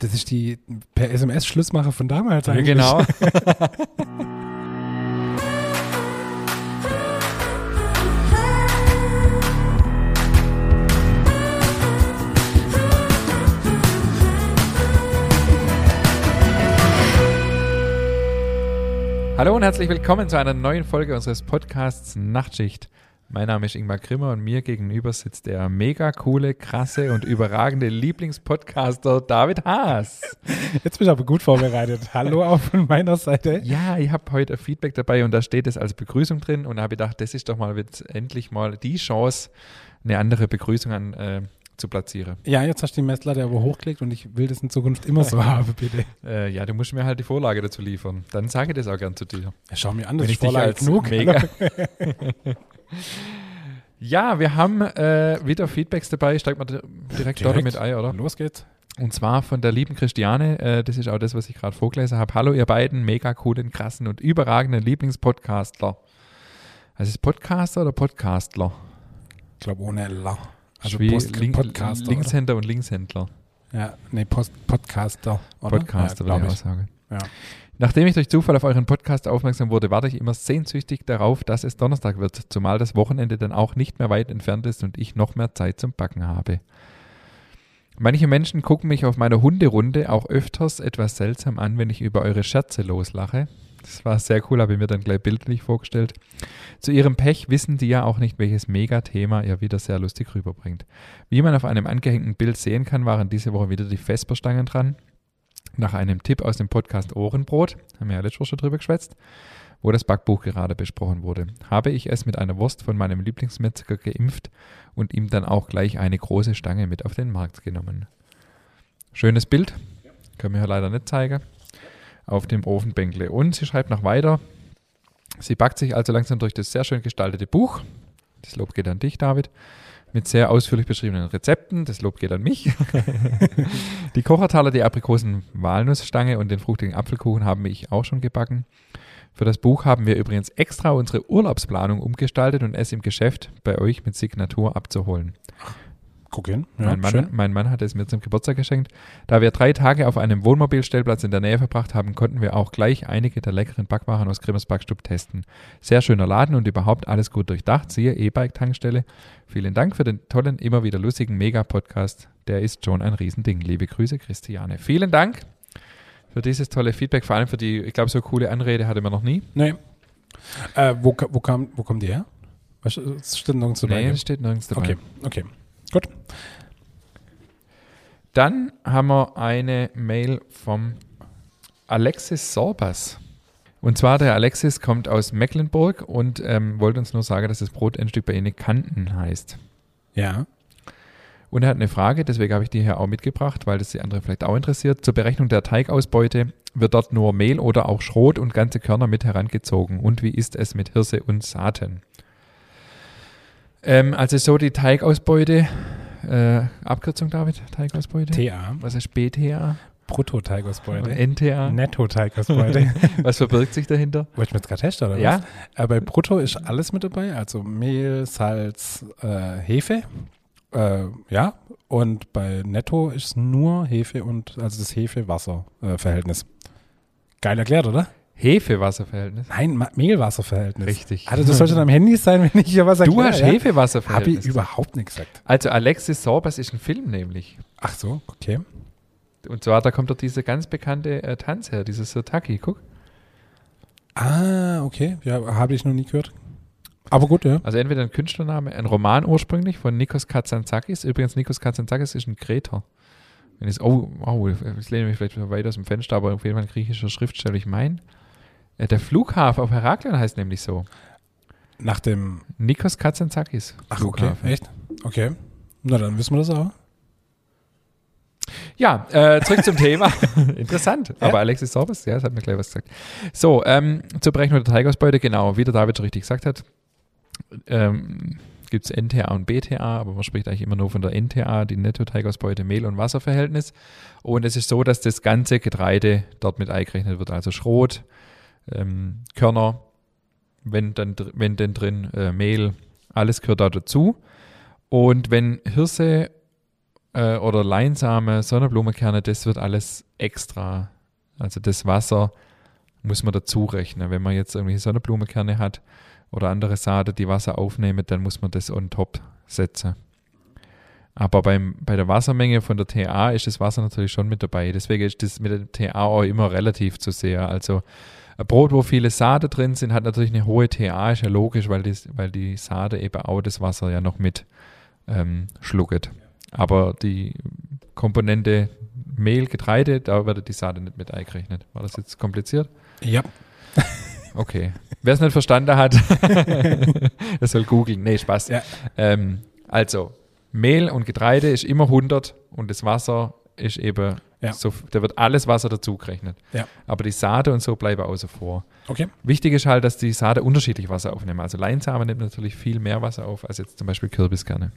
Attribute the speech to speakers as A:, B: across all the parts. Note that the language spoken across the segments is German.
A: Das ist die per SMS Schlussmache von damals eigentlich.
B: Genau. Hallo und herzlich willkommen zu einer neuen Folge unseres Podcasts Nachtschicht. Mein Name ist Ingmar Grimmer und mir gegenüber sitzt der mega coole, krasse und überragende Lieblingspodcaster David Haas.
A: Jetzt bin ich aber gut vorbereitet. Hallo auch von meiner Seite.
B: Ja, ich habe heute ein Feedback dabei und da steht es als Begrüßung drin und da habe ich gedacht, das ist doch mal jetzt endlich mal die Chance, eine andere Begrüßung an, äh, zu platzieren.
A: Ja, jetzt hast du die Messlatte aber hochgelegt und ich will das in Zukunft immer so haben, bitte.
B: Äh, ja, du musst mir halt die Vorlage dazu liefern. Dann sage ich das auch gern zu dir.
A: Ja, schau mir an, das
B: Wenn
A: ist
B: ich dich
A: Vorlage
B: als
A: genug.
B: mega- Ja, wir haben äh, wieder Feedbacks dabei. Steigt man direkt, direkt
A: Direkt.
B: damit ein, oder?
A: Los geht's.
B: Und zwar von der lieben Christiane, äh, das ist auch das, was ich gerade vorgelesen habe. Hallo ihr beiden mega coolen, krassen und überragenden Lieblingspodcastler. Also ist es Podcaster oder Podcastler?
A: Ich glaube ohne L. Also
B: Ist wie
A: Post
B: Link-
A: Podcaster. oder?
B: Linkshänder und Linkshändler.
A: Ja, nee, Post Podcaster. Oder?
B: Podcaster,
A: ja,
B: würde
A: glaube
B: ich auch
A: ich.
B: sagen.
A: Ja.
B: Nachdem ich durch Zufall auf euren Podcast aufmerksam wurde, warte ich immer sehnsüchtig darauf, dass es Donnerstag wird, zumal das Wochenende dann auch nicht mehr weit entfernt ist und ich noch mehr Zeit zum Backen habe. Manche Menschen gucken mich auf meiner Hunderunde auch öfters etwas seltsam an, wenn ich über eure Scherze loslache. Das war sehr cool, habe ich mir dann gleich bildlich vorgestellt. Zu ihrem Pech wissen die ja auch nicht, welches Megathema ihr wieder sehr lustig rüberbringt. Wie man auf einem angehängten Bild sehen kann, waren diese Woche wieder die Vesperstangen dran nach einem Tipp aus dem Podcast Ohrenbrot, haben wir ja letztes Mal schon drüber geschwätzt, wo das Backbuch gerade besprochen wurde, habe ich es mit einer Wurst von meinem Lieblingsmetzger geimpft und ihm dann auch gleich eine große Stange mit auf den Markt genommen. Schönes Bild, können wir ja leider nicht zeigen, auf dem Ofenbänkle. Und sie schreibt noch weiter, sie backt sich also langsam durch das sehr schön gestaltete Buch, das Lob geht an dich, David, mit sehr ausführlich beschriebenen Rezepten, das Lob geht an mich. Die Kochertaler, die Aprikosen-Walnussstange und den fruchtigen Apfelkuchen haben ich auch schon gebacken. Für das Buch haben wir übrigens extra unsere Urlaubsplanung umgestaltet und es im Geschäft bei euch mit Signatur abzuholen.
A: Guck hin. Ja,
B: mein, Mann,
A: schön.
B: mein Mann hat es mir zum Geburtstag geschenkt. Da wir drei Tage auf einem Wohnmobilstellplatz in der Nähe verbracht haben, konnten wir auch gleich einige der leckeren Backwaren aus Grimmers Backstub testen. Sehr schöner Laden und überhaupt alles gut durchdacht. Siehe E-Bike-Tankstelle. Vielen Dank für den tollen, immer wieder lustigen Mega-Podcast. Der ist schon ein Riesending. Liebe Grüße, Christiane. Vielen Dank für dieses tolle Feedback, vor allem für die, ich glaube, so coole Anrede hatte man noch nie.
A: Nee. Äh, wo, ka- wo, kam, wo kommen die her? Was es steht nirgends dabei?
B: Nee, steht nirgends dabei.
A: okay, okay. Gut.
B: Dann haben wir eine Mail vom Alexis Sorbas. Und zwar der Alexis kommt aus Mecklenburg und ähm, wollte uns nur sagen, dass das Brot ein Stück bei Ihnen Kanten heißt.
A: Ja.
B: Und er hat eine Frage, deswegen habe ich die hier auch mitgebracht, weil das die andere vielleicht auch interessiert. Zur Berechnung der Teigausbeute wird dort nur Mehl oder auch Schrot und ganze Körner mit herangezogen. Und wie ist es mit Hirse und Saaten? Ähm, also so die Teigausbeute, äh, Abkürzung David, Teigausbeute?
A: TA.
B: Was ist BTA?
A: Brutto-Teigersbeute.
B: Und NTA?
A: Ne. Netto-Teigersbeute.
B: Was verbirgt sich dahinter?
A: Wollte ich mir jetzt gerade testen, oder
B: Ja.
A: was? Äh, bei Brutto ist alles mit dabei, also Mehl, Salz, äh, Hefe. Äh, ja, und bei Netto ist nur Hefe und, also das Hefe-Wasser-Verhältnis. Geil erklärt, oder?
B: Hefewasserverhältnis.
A: Nein, Ma- Mehl-Wasser-Verhältnis.
B: Richtig.
A: Also das sollte in deinem Handy sein, wenn ich hier was
B: du
A: erkläre.
B: hast
A: ja? Habe ich
B: Hefewasserverhältnis.
A: überhaupt nicht gesagt.
B: Also Alexis Sorbas ist ein Film nämlich.
A: Ach so, okay.
B: Und zwar, da kommt doch dieser ganz bekannte äh, Tanz her, dieses Sirtaki, guck.
A: Ah, okay. Ja, habe ich noch nie gehört. Aber gut, ja.
B: Also entweder ein Künstlername, ein Roman ursprünglich von Nikos Katzantzakis. Übrigens, Nikos Katzantzakis ist ein Kreter. Wenn es, oh, oh, ich lehne mich vielleicht weit aus dem Fenster, aber auf jeden Fall ein griechischer Schriftsteller. Ich meine, äh, der Flughafen auf Heraklion heißt nämlich so.
A: Nach dem
B: Nikos Katzantzakis.
A: Ach, okay. Echt? Okay. Na, dann wissen wir das auch.
B: Ja, äh, zurück zum Thema. Interessant.
A: Ja.
B: Aber Alexis Sorbes, ja, das hat mir gleich was gesagt. So, ähm, zur Berechnung der Teigausbeute, genau, wie der David schon richtig gesagt hat, ähm, gibt es NTA und BTA, aber man spricht eigentlich immer nur von der NTA, die Netto-Teigausbeute, Mehl- und Wasserverhältnis. Und es ist so, dass das ganze Getreide dort mit eingerechnet wird, also Schrot, ähm, Körner, wenn, dann, dr- wenn denn drin äh, Mehl, alles gehört da dazu. Und wenn Hirse äh, oder Leinsame, Sonnenblumenkerne, das wird alles extra. Also das Wasser muss man dazu rechnen. Wenn man jetzt irgendwelche Sonnenblumenkerne hat oder andere Saate, die Wasser aufnehmen, dann muss man das on top setzen. Aber beim, bei der Wassermenge von der TA ist das Wasser natürlich schon mit dabei. Deswegen ist das mit der TA auch immer relativ zu sehr. Also ein Brot, wo viele Saate drin sind, hat natürlich eine hohe TA, ist ja logisch, weil die, weil die Saate eben auch das Wasser ja noch mit ähm, schlucket. Aber die Komponente Mehl, Getreide, da wird die Saate nicht mit eingerechnet. War das jetzt kompliziert?
A: Ja.
B: Okay. Wer es nicht verstanden hat, der soll googeln. Nee, Spaß.
A: Ja.
B: Ähm, also, Mehl und Getreide ist immer 100 und das Wasser ist eben,
A: Ja.
B: so, da wird alles Wasser dazu gerechnet.
A: Ja.
B: Aber die Saate und so bleiben außen vor.
A: Okay.
B: Wichtig ist halt, dass die Saate unterschiedlich Wasser aufnehmen. Also Leinsamen nimmt natürlich viel mehr Wasser auf als jetzt zum Beispiel Kürbiskerne.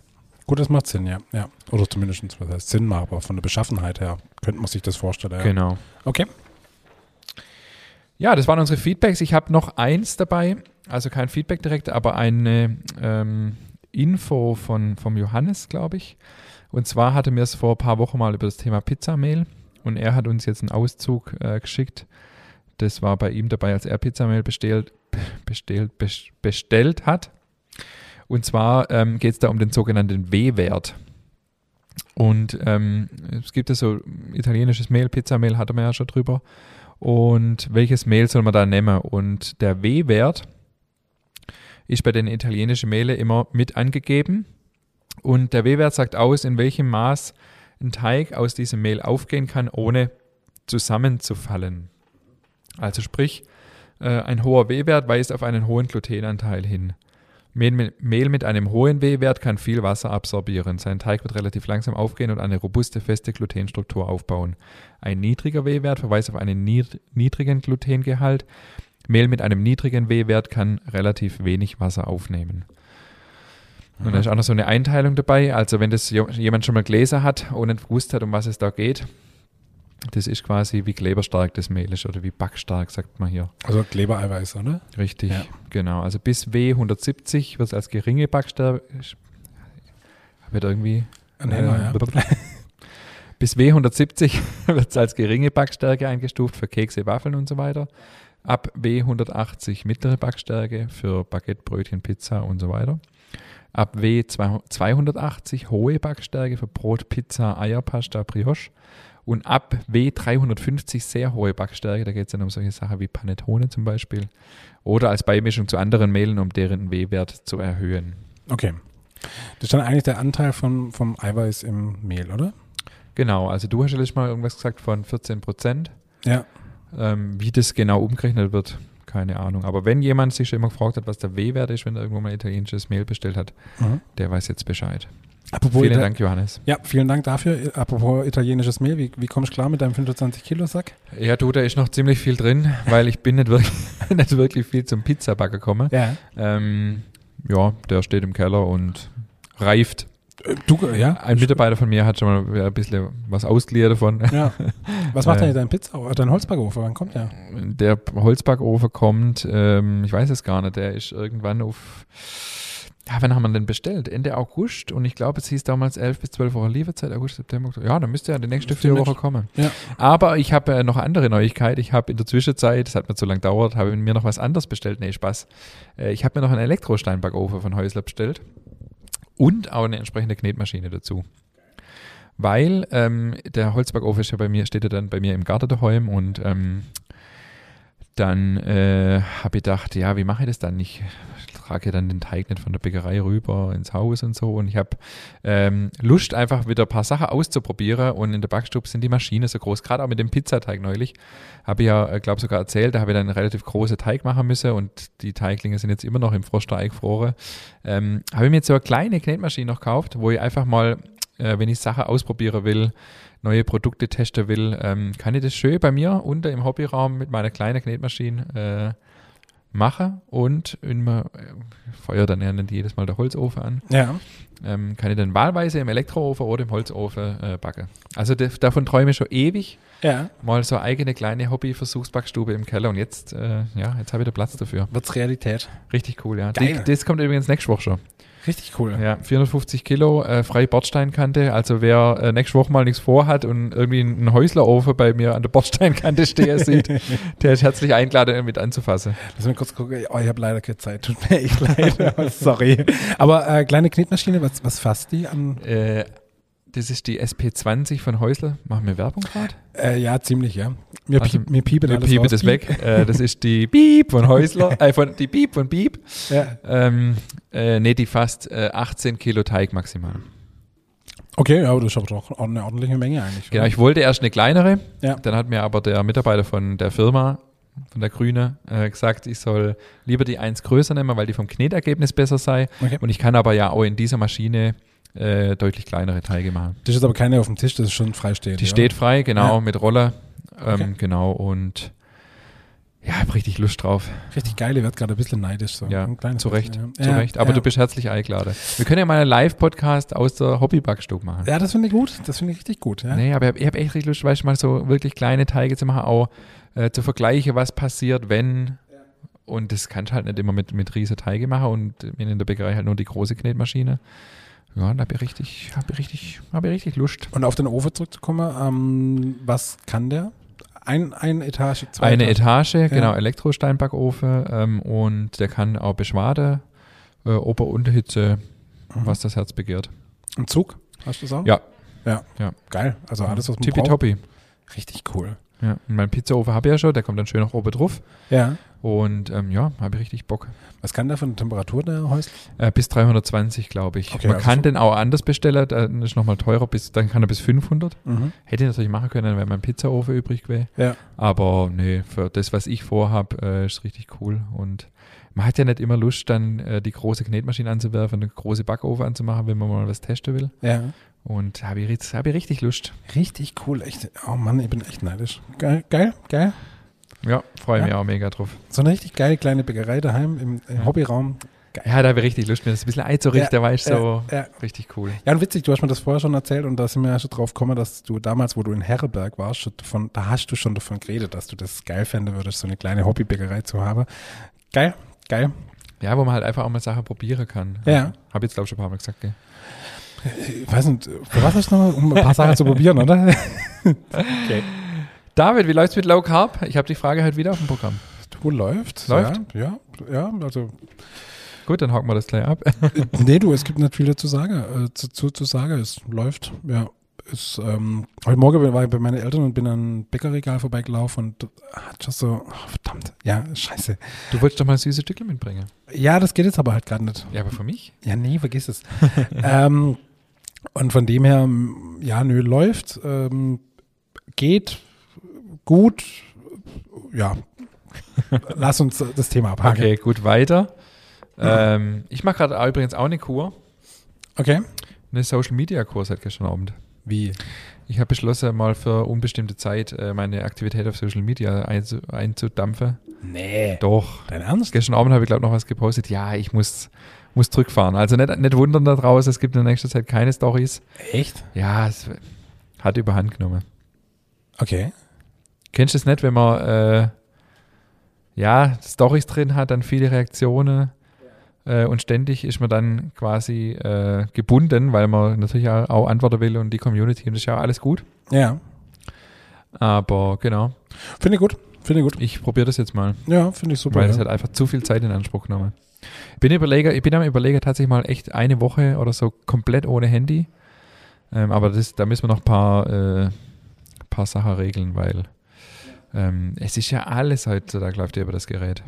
A: Gut, das macht Sinn, ja. ja. Oder zumindest, was heißt Sinn, aber von der Beschaffenheit her könnte man sich das vorstellen. Ja.
B: Genau.
A: Okay.
B: Ja, das waren unsere Feedbacks. Ich habe noch eins dabei, also kein Feedback direkt, aber eine ähm, Info von vom Johannes, glaube ich. Und zwar hatte mir es vor ein paar Wochen mal über das Thema Pizzamehl und er hat uns jetzt einen Auszug äh, geschickt. Das war bei ihm dabei, als er Pizzamehl bestellt, bestellt, bes- bestellt hat. Und zwar ähm, geht es da um den sogenannten W-Wert. Und ähm, es gibt ja so italienisches Mehl, Pizzamehl hatten wir ja schon drüber und welches Mehl soll man da nehmen. Und der W-Wert ist bei den italienischen Mehlen immer mit angegeben. Und der W-Wert sagt aus, in welchem Maß ein Teig aus diesem Mehl aufgehen kann, ohne zusammenzufallen. Also sprich, äh, ein hoher W-Wert weist auf einen hohen Glutenanteil hin. Mehl mit, Mehl mit einem hohen W-Wert kann viel Wasser absorbieren. Sein Teig wird relativ langsam aufgehen und eine robuste, feste Glutenstruktur aufbauen. Ein niedriger W-Wert verweist auf einen nied- niedrigen Glutengehalt. Mehl mit einem niedrigen W-Wert kann relativ wenig Wasser aufnehmen.
A: Mhm.
B: Und da ist auch noch so eine Einteilung dabei. Also wenn das jo- jemand schon mal Gläser hat und nicht gewusst hat, um was es da geht, das ist quasi wie kleberstark das Mehl ist oder wie backstark, sagt man hier.
A: Also Klebereiweiß, oder?
B: Richtig,
A: Ja.
B: genau. Also bis W 170 wird es als geringe Backstark. Wird irgendwie
A: Anhänger,
B: äh, Bis W 170 wird es als geringe Backstärke eingestuft für Kekse, Waffeln und so weiter. Ab W 180 mittlere Backstärke für Baguette, Brötchen, Pizza und so weiter. Ab W 280 hohe Backstärke für Brot, Pizza, Eier, Pasta, Brioche. Und ab W 350 sehr hohe Backstärke, da geht es dann um solche Sachen wie Panettone zum Beispiel. Oder als Beimischung zu anderen Mehlen, um deren W-Wert zu erhöhen.
A: ja. Okay. Das ist dann eigentlich der Anteil von, vom Eiweiß im Mehl, oder?
B: Genau, also du hast ja letztes Mal irgendwas gesagt von 14 Prozent.
A: Ja.
B: Ähm, wie das genau umgerechnet wird, keine Ahnung. Aber wenn jemand sich schon immer gefragt hat, was der W-Wert ist, wenn er irgendwo mal italienisches Mehl bestellt hat,
A: Mhm.
B: der weiß jetzt Bescheid.
A: Apropos
B: Vielen
A: Ita-
B: Dank, Johannes.
A: Ja, vielen Dank dafür. Apropos italienisches Mehl, wie, wie kommst du klar mit deinem 25-Kilo-Sack?
B: Ja, du, da ist noch ziemlich viel drin, weil ich bin nicht wirklich, nicht wirklich viel zum Pizzabacker komme.
A: Ja.
B: Ähm, ja, der steht im Keller und reift.
A: Äh, Du, ja?
B: Ein Mitarbeiter von mir hat schon mal ein bisschen was ausgeliehen davon.
A: Ja. Was macht
B: Äh.
A: denn dein Pizza, dein Holzbackofen? Wann kommt der?
B: Der Holzbackofen kommt, ähm, ich weiß es gar nicht, der ist irgendwann auf, ja, wann haben wir den bestellt? Ende August und ich glaube, es hieß damals 11 bis 12 Wochen Lieferzeit, August, September, Oktober. Ja, dann müsste ja die nächste
A: Müsste
B: vier Woche
A: nicht-
B: kommen.
A: Ja.
B: Aber ich habe äh, noch andere Neuigkeit. Ich habe in der Zwischenzeit, das hat mir zu lang gedauert, habe mir noch was anderes bestellt. Nee, Spaß. Äh, ich habe mir noch einen Elektrosteinbackofen von Häusler bestellt und auch eine entsprechende Knetmaschine dazu. Weil ähm, der Holzbackofen ist ja bei mir, steht ja dann bei mir im Garten daheim und ähm, dann äh, habe ich gedacht, ja, wie mache ich das dann? Ich trage dann den Teig nicht von der Bäckerei rüber ins Haus und so. Und ich habe ähm, Lust, einfach wieder ein paar Sachen auszuprobieren. Und in der Backstube sind die Maschinen so groß. Gerade auch mit dem Pizzateig neulich. Habe ich ja, glaube sogar erzählt, da habe ich dann einen relativ großen Teig machen müssen. Und die Teiglinge sind jetzt immer noch im Froster eingefroren. Ähm, habe ich mir jetzt so eine kleine Knetmaschine noch gekauft, wo ich einfach mal, äh, wenn ich Sachen ausprobieren will, neue Produkte testen will, ähm, kann ich das schön bei mir unter im Hobbyraum mit meiner kleinen Knetmaschine äh, machen und immer äh, Feuer dann ja nicht jedes Mal der Holzofen an
A: Ja.
B: ähm, kann ich dann wahlweise im Elektroofen oder im Holzofen äh, backen. Also de- davon träume ich schon ewig.
A: Ja.
B: Mal so eine eigene kleine Hobby-Versuchsbackstube im Keller und jetzt, äh, ja, jetzt habe ich den Platz dafür.
A: Wird's Realität.
B: Richtig cool, ja.
A: Geil.
B: Die, das kommt übrigens nächste Woche schon.
A: Richtig cool.
B: Ja, 450 Kilo, äh, frei Bordsteinkante. Also wer äh, nächste Woche mal nichts vorhat und irgendwie einen Häuslerofen bei mir an der Bordsteinkante stehen sieht, der ist herzlich eingeladen, mit anzufassen.
A: Lass mich kurz gucken. Oh, ich habe leider keine Zeit. Tut mir echt leid. Sorry. Aber äh, kleine Knetmaschine, was, was fasst die an?
B: Äh, das ist die SP20 von Häusler. Machen wir Werbung gerade?
A: Äh, ja, ziemlich, ja. Mir,
B: Also,
A: piep, mir piepen
B: Wir
A: alles
B: piepen
A: raus.
B: das weg. äh, das ist die Piep von Häusler, äh, von, die Piep von Piep.
A: Ja.
B: Ähm, äh, nee, die fast äh, 18 Kilo Teig maximal.
A: Okay, ja, aber das ist aber doch auch eine ordentliche Menge eigentlich.
B: Genau, ich wollte erst eine kleinere.
A: Ja.
B: Dann hat mir aber der Mitarbeiter von der Firma, von der Grüne, äh, gesagt, ich soll lieber die eins größer nehmen, weil die vom Knetergebnis besser sei.
A: Okay.
B: Und ich kann aber ja auch in dieser Maschine äh, deutlich kleinere Teige machen.
A: Das ist aber keine auf dem Tisch, das ist schon freistehend.
B: Die
A: ja?
B: steht frei, genau,
A: Ja.
B: mit Roller. Ähm,
A: Okay.
B: Genau, und ja, hab richtig Lust drauf.
A: Richtig geil, ich werde gerade ein bisschen neidisch. So.
B: Ja,
A: ein kleines
B: zu Recht.
A: bisschen, ja.
B: Zu
A: Ja,
B: Recht. Aber
A: ja.
B: du bist herzlich eingeladen. Wir können ja mal einen Live-Podcast aus der Hobbybackstube machen.
A: Ja, das finde ich gut. Das finde ich richtig gut. Ja.
B: Nee, aber ich habe hab echt richtig Lust, weißt du, mal so wirklich kleine Teige zu machen, auch äh, zu vergleichen, was passiert, wenn. Und das kannst du halt nicht immer mit, mit riesen Teige machen und wir haben in der Bäckerei halt nur die große Knetmaschine. Ja, und da habe ich richtig, habe ich richtig, habe ich richtig Lust.
A: Und auf den Ofen zurückzukommen, ähm, was kann der? Ein, ein Etage, zwei
B: Eine
A: Etage.
B: Etage, genau, Elektrosteinbackofen ähm, und der kann auch Beschwade, äh, Ober- und Hitze,
A: Mhm.
B: was das Herz begehrt.
A: Ein Zug, hast du das auch?
B: Ja.
A: Ja.
B: Ja.
A: Geil. Also alles, was man braucht.
B: Tippitoppi.
A: Richtig cool.
B: Ja, und mein Pizzaofen habe ich ja schon, der kommt dann schön noch oben drauf
A: Ja.
B: und ähm, ja, habe ich richtig Bock.
A: Was kann der von der Temperatur der Häusler?
B: Äh, bis 320, glaube ich.
A: Okay,
B: Man
A: also
B: kann
A: so-
B: den auch anders bestellen, dann ist nochmal teurer, bis, dann kann er bis 500.
A: Mhm.
B: Hätte ich natürlich machen können, dann wäre mein Pizzaofen übrig gewesen.
A: Ja.
B: Aber nee, für das, was ich vorhab, äh, ist richtig cool. Und man hat ja nicht immer Lust, dann äh, die große Knetmaschine anzuwerfen, eine große Backofen anzumachen, wenn man mal was testen will.
A: Ja.
B: Und habe ich, jetzt- hab ich richtig Lust.
A: Richtig cool. Echt. Oh Mann, ich bin echt neidisch. Geil, geil, geil.
B: Ja, freue
A: Ja.
B: mich auch mega drauf.
A: So eine richtig geile kleine Bäckerei daheim im, im
B: Ja.
A: Hobbyraum.
B: Ja, da habe ich richtig Lust, mir das ein bisschen einzurichten, weißt du, so
A: Ja, ja.
B: richtig cool.
A: Ja, und witzig, du hast mir das vorher schon erzählt und da sind wir ja schon drauf gekommen, dass du damals, wo du in Herreberg warst, schon davon, da hast du schon davon geredet, dass du das geil fände würdest, so eine kleine Hobbybäckerei zu haben. Geil, geil.
B: Ja, wo man halt einfach auch mal Sachen probieren kann.
A: Ja.
B: Habe jetzt, glaube ich, schon ein paar Mal gesagt, gell?
A: Ich weiß nicht, für was ist nochmal, um ein paar Sachen zu probieren, oder?
B: David, wie läuft's mit Low Carb? Ich habe die Frage heute wieder auf dem Programm.
A: Du läuft.
B: Läuft?
A: Ja, ja, ja also.
B: Gut, dann haken wir das gleich ab.
A: Äh, Nee, du, es gibt nicht viel zu sagen, äh, zu, zu, zu sagen, es läuft, ja. Ist, ähm, heute Morgen war ich bei meinen Eltern und bin an ein Bäckerregal vorbeigelaufen und hat schon so, oh, verdammt, ja, scheiße.
B: Du wolltest doch mal süße Stückchen mitbringen.
A: Ja, das geht jetzt aber halt gerade nicht.
B: Ja, aber für mich?
A: Ja, nee, vergiss es. ähm, und von dem her, m, ja, nö, läuft, ähm, geht, gut, ja. Lass uns äh, das Thema abhaken.
B: Okay, gut, weiter. Ähm, ich mache gerade übrigens auch eine Kur,
A: Okay.
B: eine Social Media Kur seit gestern Abend.
A: Wie?
B: Ich habe beschlossen, mal für unbestimmte Zeit äh, meine Aktivität auf Social Media einzu einzudampfen.
A: Nee.
B: Doch.
A: Dein Ernst?
B: Gestern Abend habe ich, glaube noch was gepostet. Ja, ich muss, muss zurückfahren. Also nicht, nicht wundern da draußen, es gibt in nächster Zeit keine Stories.
A: Echt?
B: Ja, es hat überhand genommen.
A: Okay.
B: Kennst du es nicht, wenn man äh, ja Stories drin hat, dann viele Reaktionen äh, und ständig ist man dann quasi äh, gebunden, weil man natürlich auch, auch antworten will und die Community und das ist ja alles gut.
A: Ja.
B: Aber genau,
A: Finde ich gut. Finde ich gut.
B: ich probiere das jetzt mal,
A: Ja, finde ich super.
B: weil das halt
A: ja.
B: hat einfach zu viel Zeit in Anspruch genommen. Ich bin überleger, ich bin am überlegen, tatsächlich mal echt eine Woche oder so komplett ohne Handy. Ähm, aber das, da müssen wir noch ein paar, äh, paar Sachen regeln, weil ähm, es ist ja alles heutzutage läuft ja über das Gerät.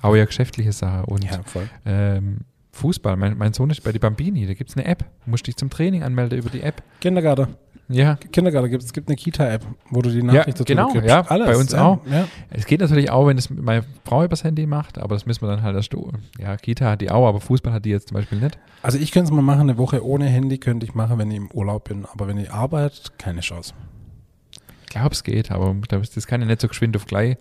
B: Auch ja geschäftliche Sache und
A: ja, voll.
B: ähm, Fußball. Mein, mein Sohn ist bei die Bambini, da gibt es eine App. Du musst dich zum Training anmelden über die App.
A: Kindergarten.
B: Ja,
A: Kindergarten gibt es. gibt eine Kita-App, wo du die Nachricht dazu
B: genau,
A: gibst.
B: ja, bei uns
A: ja,
B: auch.
A: Ja.
B: es geht natürlich auch, wenn es meine Frau übers Handy macht, aber das müssen wir dann halt erst. Ja, Kita hat die auch, aber Fußball hat die jetzt zum Beispiel nicht.
A: Also ich könnte es mal machen, eine Woche ohne Handy könnte ich machen, wenn ich im Urlaub bin. Aber wenn ich arbeite, keine Chance.
B: Ich glaube, es geht, aber ich glaub, das kann ja nicht so geschwind auf gleich.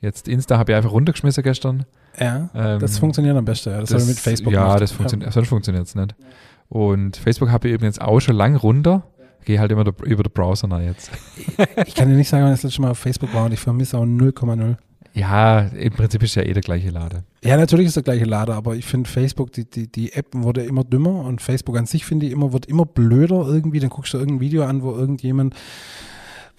B: Jetzt Insta habe ich einfach runtergeschmissen gestern.
A: Ja,
B: Ähm,
A: das funktioniert am besten. Ja. Das, haben wir mit Facebook
B: Ja,
A: gemacht.
B: das funktioniert, sonst funktioniert es nicht. Und Facebook habe ich übrigens auch schon lang runter. Gehe halt immer der, über den Browser nach jetzt.
A: Ja. Ich kann dir nicht sagen, wann ich das letzte Mal auf Facebook war und ich vermisse auch 0,0.
B: Ja, im Prinzip ist ja eh der gleiche Lader.
A: Ja, natürlich ist der gleiche Lader, aber ich finde Facebook, die, die, die App wurde immer dümmer und Facebook an sich, finde ich, immer, wird immer blöder irgendwie. Dann guckst du irgendein Video an, wo irgendjemand,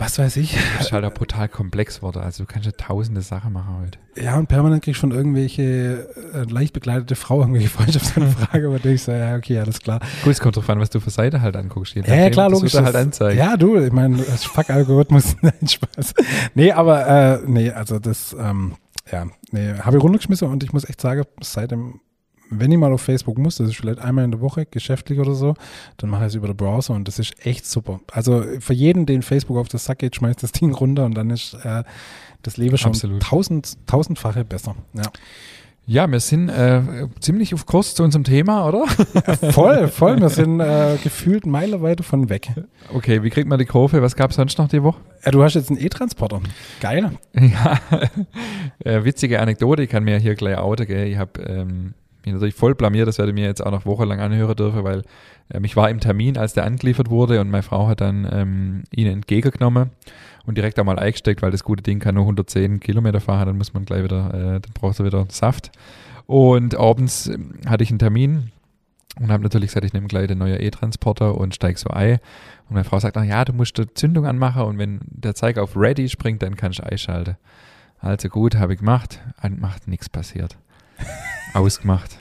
A: was weiß ich,
B: Das ist halt auch brutal komplex wurde. Also du kannst ja tausende Sachen machen heute.
A: ja, und permanent kriegst du von irgendwelche äh, leicht bekleidete Frau irgendwelche Freundschaftsanfrage, wo du denkst, ja, okay, alles klar.
B: Gut, es kommt drauf an, was du für Seite halt anguckst. Je
A: Ja, ja,
B: nachdem,
A: klar,
B: das
A: logisch.
B: wird er halt
A: das-
B: anzeigen.
A: Ja, du, ich meine, das Fuck-Algorithmus, nein, Spaß. Nee, aber, äh, nee, also das, ähm, ja, nee, habe ich runtergeschmissen und ich muss echt sagen, seitdem, wenn ich mal auf Facebook muss, das ist vielleicht einmal in der Woche, geschäftlich oder so, dann mache ich es über den Browser und das ist echt super. Also für jeden, den Facebook auf das Sack geht, schmeißt das Ding runter und dann ist äh, das Leben schon
B: Absolut.
A: tausend, tausendfache besser. Ja.
B: Ja, wir sind äh, ziemlich auf Kurs zu unserem Thema, oder?
A: voll, voll, wir sind äh, gefühlt meilenweit von weg.
B: Okay, wie kriegt man die Kurve? Was gab es sonst noch die Woche?
A: Äh, du hast jetzt einen E-Transporter. Geil.
B: Ja, äh, witzige Anekdote, ich kann mir hier gleich outen, gell. Ich habe ähm, mich natürlich voll blamiert, das werde ich mir jetzt auch noch wochenlang anhören dürfen, weil ähm, ich war im Termin, als der angeliefert wurde und meine Frau hat dann ähm, ihn entgegengenommen und direkt einmal eingesteckt, weil das gute Ding kann nur 110 Kilometer fahren, dann muss man gleich wieder, äh, dann brauchst du wieder Saft. Und abends ähm, hatte ich einen Termin und habe natürlich gesagt, ich nehme gleich den neuen E-Transporter und steig so ein. Und meine Frau sagt, ach ja, du musst die Zündung anmachen und wenn der Zeiger auf Ready springt, dann kannst du einschalten. Also gut, habe ich gemacht, angemacht, nichts passiert. Ausgemacht,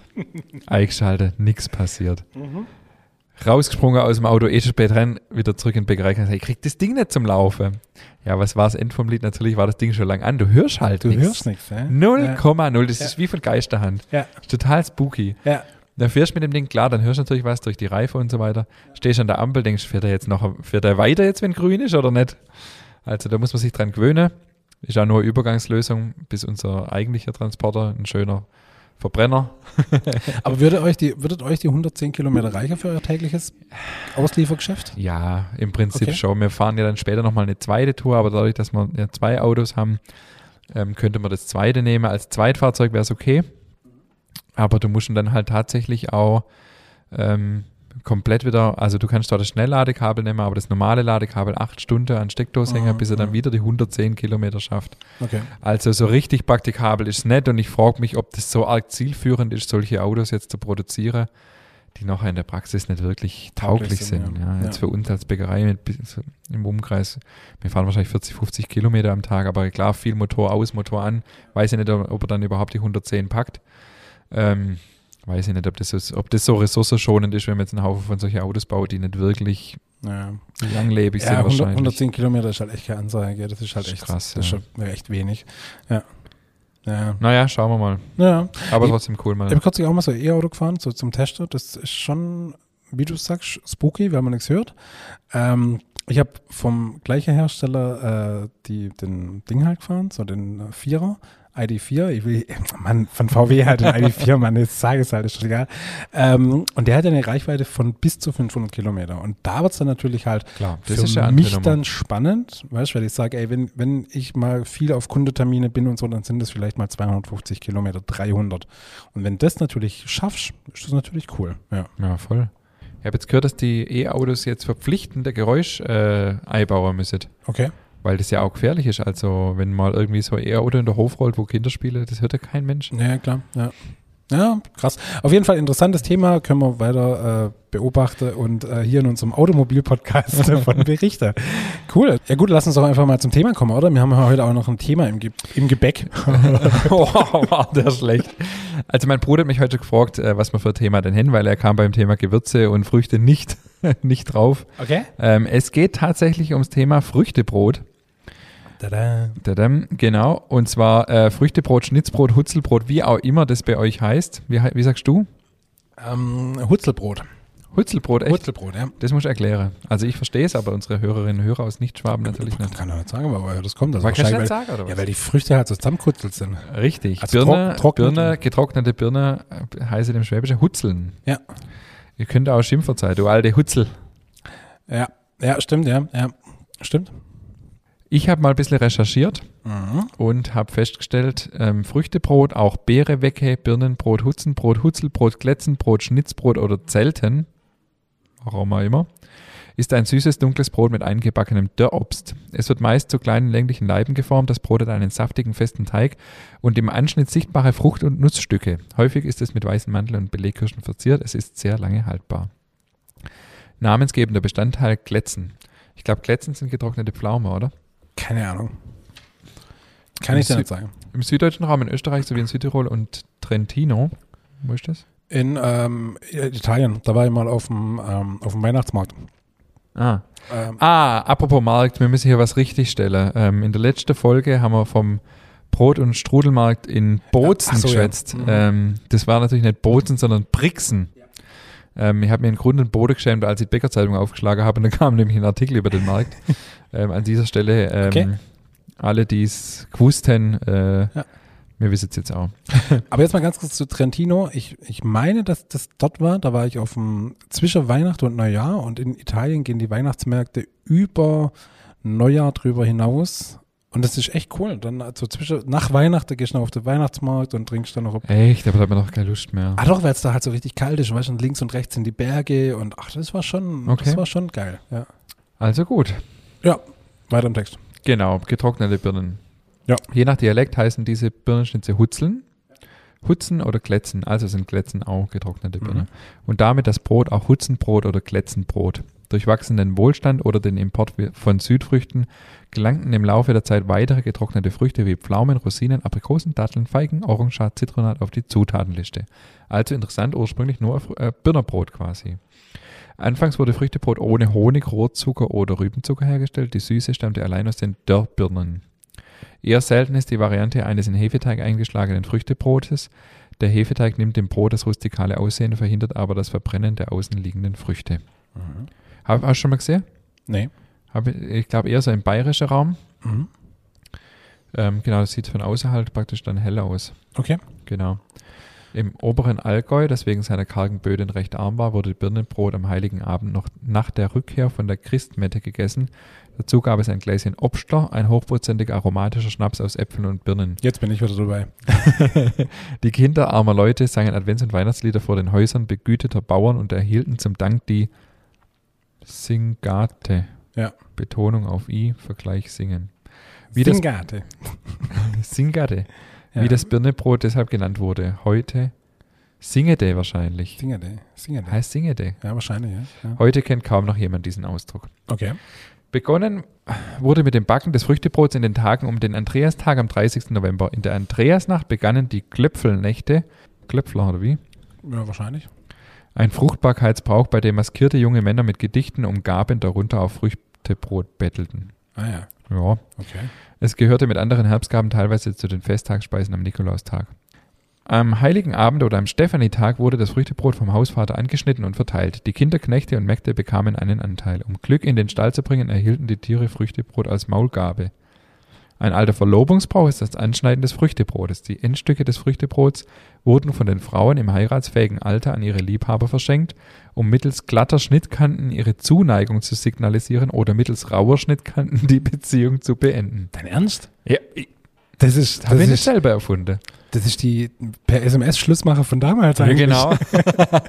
B: eingeschaltet, nichts passiert.
A: Mhm.
B: Rausgesprungen aus dem Auto, eh schon spät rein, wieder zurück in den Bäckerei. gesagt, Ich krieg das Ding nicht zum Laufen. Ja, was war das End vom Lied? Natürlich war das Ding schon lang an. Du hörst halt
A: Du
B: nichts.
A: hörst nichts, hä?
B: 0,0. Das ist wie von Geisterhand.
A: Ja.
B: Ist total spooky.
A: Ja.
B: Da fährst du mit dem Ding, klar, dann hörst du natürlich was durch die Reife und so weiter. Stehst an der Ampel, denkst, fährt er jetzt noch, fährt er weiter jetzt, wenn grün ist oder nicht? Also da muss man sich dran gewöhnen. Ist ja nur eine Übergangslösung, bis unser eigentlicher Transporter, ein schöner Verbrenner.
A: Aber würde euch die, würdet euch die 110 Kilometer reicher für euer tägliches Ausliefergeschäft?
B: Ja, im Prinzip
A: Okay.
B: schon. Wir fahren ja dann später nochmal eine zweite Tour, aber dadurch, dass wir ja zwei Autos haben, ähm, könnte man das zweite nehmen. Als Zweitfahrzeug wäre es okay. Aber du musst ihn dann halt tatsächlich auch ähm, komplett wieder, also du kannst dort das Schnellladekabel nehmen, aber das normale Ladekabel acht Stunden an Steckdose hängen, bis er dann wieder die 110 Kilometer schafft.
A: Okay.
B: Also so richtig praktikabel ist es nicht und ich frage mich, ob das so arg zielführend ist, solche Autos jetzt zu produzieren, die nachher in der Praxis nicht wirklich tauglich,
A: Tauglich sind,
B: sind.
A: ja.
B: Ja.
A: Ja.
B: jetzt für uns als Bäckerei mit, bis- so im Umkreis, wir fahren wahrscheinlich 40, 50 Kilometer am Tag, aber klar, viel Motor aus, Motor an, weiß ich nicht, ob er dann überhaupt die 110 packt. Ähm, weiß ich nicht, ob das, so- ob das so ressourcenschonend ist, wenn man jetzt einen Haufen von solchen Autos baut, die nicht wirklich
A: Ja,
B: langlebig
A: ja
B: sind
A: 100,
B: wahrscheinlich.
A: 110 Kilometer ist halt echt keine Ansage. Das ist halt
B: Das ist
A: echt
B: krass,
A: Das ist
B: ja.
A: schon echt wenig. Ja. Ja.
B: Naja, schauen wir mal.
A: ja.
B: Aber
A: Ich-
B: trotzdem cool
A: Ich
B: mal.
A: habe kürzlich auch mal so ein E-Auto gefahren, so zum Testen. Das ist schon, wie du sagst, spooky, weil man nichts hört. Ähm, ich habe vom gleichen Hersteller äh, die, den Ding halt gefahren, so den äh, Vierer, ID4. Ich will, Mann, von VW halt den ID4, Mann, jetzt sage ich es halt, ist schon egal. Ähm, und der hat ja eine Reichweite von bis zu 500 Kilometer. Und da wird es dann natürlich halt
B: Klar,
A: für
B: eine andere
A: mich
B: Nummer.
A: dann spannend, weißt du, weil ich sage, ey, wenn, wenn ich mal viel auf Kundetermine bin und so, dann sind das vielleicht mal 250 Kilometer, 300. Und wenn das natürlich schaffst, ist das natürlich cool. Ja.
B: Ja, voll. Ich habe jetzt gehört, dass die E-Autos jetzt verpflichtende Geräusch äh, einbauen müssen,
A: Okay.
B: weil das ja auch gefährlich ist. Also, wenn mal irgendwie so ein E-Auto in der Hof rollt, wo Kinder spielen, das hört ja kein Mensch.
A: Ja, klar. Ja. ja, krass. Auf jeden Fall interessantes Thema, können wir weiter äh, beobachten und äh, hier in unserem Automobil-Podcast davon berichten. Cool. Ja gut, lass uns doch einfach mal zum Thema kommen, oder? Wir haben ja heute auch noch ein Thema im, Ge im Gebäck.
B: oh, war der schlecht. Also, mein Bruder hat mich heute gefragt, äh, was wir für ein Thema denn hin, weil er kam beim Thema Gewürze und Früchte nicht, nicht drauf.
A: Okay.
B: Ähm, es geht tatsächlich ums Thema Früchtebrot.
A: Tada.
B: Tadam, genau. Und zwar äh, Früchtebrot, Schnitzbrot, Hutzelbrot, wie auch immer das bei euch heißt. Wie, hei- wie sagst du?
A: Ähm, Hutzelbrot.
B: Hutzelbrot, echt?
A: Hutzelbrot, ja.
B: Das muss ich erklären. Also ich verstehe es, aber unsere Hörerinnen und Hörer aus Nichtschwaben natürlich
A: Das
B: nicht.
A: kann er nicht sagen, weil das kommt. Also
B: Man kann es nicht
A: wahrscheinlich, weil,
B: sagen, oder was?
A: ja, weil die Früchte halt so zusammenkutzelt sind.
B: Richtig.
A: Also
B: Birne,
A: trock- trocknet-
B: Birne, getrocknete Birne äh, heißt im Schwäbischen Hutzeln.
A: Ja.
B: Ihr könnt auch Schimpfer sein, du alte Hutzel.
A: Ja, ja stimmt, ja. ja. Stimmt.
B: Ich habe mal ein bisschen recherchiert
A: Mhm.
B: und habe festgestellt, ähm, Früchtebrot, auch Beere, Wecke, Birnenbrot, Hutzenbrot, Hutzelbrot, Glätzenbrot, Schnitzbrot oder Zelten, warum auch immer, ist ein süßes, dunkles Brot mit eingebackenem Dörrobst. Es wird meist zu kleinen, länglichen Leiben geformt, das Brot hat einen saftigen, festen Teig und im Anschnitt sichtbare Frucht- und Nussstücke. Häufig ist es mit weißen Mandeln und Belegkirschen verziert, es ist sehr lange haltbar. Namensgebender Bestandteil Glätzen. Ich glaube, Glätzen sind getrocknete Pflaume, oder?
A: Keine Ahnung. Kann ich dir nicht sagen.
B: Im süddeutschen Raum, in Österreich sowie in Südtirol und Trentino, wo ist das?
A: In ähm, Italien, da war ich mal auf dem, ähm, auf dem Weihnachtsmarkt.
B: Ah,
A: Ähm,
B: Ah, apropos Markt, wir müssen hier was richtigstellen. Ähm, in der letzten Folge haben wir vom Brot- und Strudelmarkt in Bozen
A: Ja, ach so, ja.
B: geschwätzt.
A: Mhm.
B: Ähm, das war natürlich nicht Bozen, sondern Brixen. Ähm, ich habe mir in Grund und Boden geschämt, als ich die Bäckerzeitung aufgeschlagen habe und da kam nämlich ein Artikel über den Markt. ähm, an dieser Stelle, ähm,
A: Okay.
B: alle, die es gewussten, äh,
A: Ja.
B: wir wissen es jetzt auch.
A: Aber jetzt mal ganz kurz zu Trentino. Ich, ich meine, dass das dort war. Da war ich auf dem zwischen Weihnachten und Neujahr und in Italien gehen die Weihnachtsmärkte über Neujahr drüber hinaus. Und das ist echt cool. Dann also zwischen nach Weihnachten gehst du noch auf den Weihnachtsmarkt und trinkst dann noch. ein-
B: Echt, aber da hat man doch keine Lust mehr.
A: Ah doch, weil es da halt so richtig kalt ist, weißt du, und links und rechts sind die Berge und ach, das war schon,
B: Okay.
A: das war schon geil. Ja.
B: Also gut.
A: ja, weiter im Text.
B: Genau, getrocknete Birnen.
A: Ja.
B: Je nach Dialekt heißen diese Birnenschnitze Hutzeln, Hutzen oder Klätzen. Also sind Klätzen auch getrocknete Birnen. Und damit das Brot auch Hutzenbrot oder Klätzenbrot. Durch wachsenden Wohlstand oder den Import wi- von Südfrüchten gelangten im Laufe der Zeit weitere getrocknete Früchte wie Pflaumen, Rosinen, Aprikosen, Datteln, Feigen, Orangenschat, Zitronat auf die Zutatenliste. Also interessant, ursprünglich nur auf, äh, Birnerbrot quasi. Anfangs wurde Früchtebrot ohne Honig, Rohrzucker oder Rübenzucker hergestellt. Die Süße stammte allein aus den Dörrbirnen. Eher selten ist die Variante eines in Hefeteig eingeschlagenen Früchtebrotes. Der Hefeteig nimmt dem Brot das rustikale Aussehen, verhindert aber das Verbrennen der außenliegenden Früchte.
A: Mhm.
B: Hab, hast du schon mal gesehen?
A: Nee.
B: Hab, ich glaube eher so im bayerischen Raum.
A: Mhm.
B: Ähm, genau, das sieht von außen halt praktisch dann hell aus.
A: Okay.
B: Genau. Im oberen Allgäu, das wegen seiner kargen Böden recht arm war, wurde Birnenbrot am Heiligen Abend noch nach der Rückkehr von der Christmette gegessen. Dazu gab es ein Gläschen Obstler, ein hochprozentig aromatischer Schnaps aus Äpfeln und Birnen.
A: Jetzt bin ich wieder dabei.
B: Die Kinder armer Leute sangen Advents- und Weihnachtslieder vor den Häusern begüteter Bauern und erhielten zum Dank die Singate.
A: Ja.
B: Betonung auf I, Vergleich singen. Wie das-
A: Singate.
B: Singate.
A: Ja.
B: Wie das Birnebrot deshalb genannt wurde. Heute Singete wahrscheinlich.
A: Singate. Singate.
B: Heißt Singete.
A: Ja, wahrscheinlich, ja. ja.
B: Heute kennt kaum noch jemand diesen Ausdruck.
A: Okay.
B: Begonnen wurde mit dem Backen des Früchtebrots in den Tagen um den Andreastag am 30. November. In der Andreasnacht begannen die Klöpfelnächte. Klöpfler oder wie?
A: Ja, wahrscheinlich.
B: Ein Fruchtbarkeitsbrauch, bei dem maskierte junge Männer mit Gedichten umgaben, darunter auf Früchtebrot bettelten.
A: Ah ja,
B: Ja.
A: okay.
B: Es gehörte mit anderen Herbstgaben teilweise zu den Festtagsspeisen am Nikolaustag. Am Heiligen Abend oder am Stephanitag wurde das Früchtebrot vom Hausvater angeschnitten und verteilt. Die Kinder, Knechte und Mägde bekamen einen Anteil. Um Glück in den Stall zu bringen, erhielten die Tiere Früchtebrot als Maulgabe. Ein alter Verlobungsbrauch ist das Anschneiden des Früchtebrotes. Die Endstücke des Früchtebrots wurden von den Frauen im heiratsfähigen Alter an ihre Liebhaber verschenkt, um mittels glatter Schnittkanten ihre Zuneigung zu signalisieren oder mittels rauer Schnittkanten die Beziehung zu beenden.
A: Dein Ernst?
B: Ja,
A: Das ist,
B: habe
A: das
B: ich nicht
A: ist,
B: selber erfunden.
A: das ist die per SMS-Schlussmache von damals eigentlich. Geil.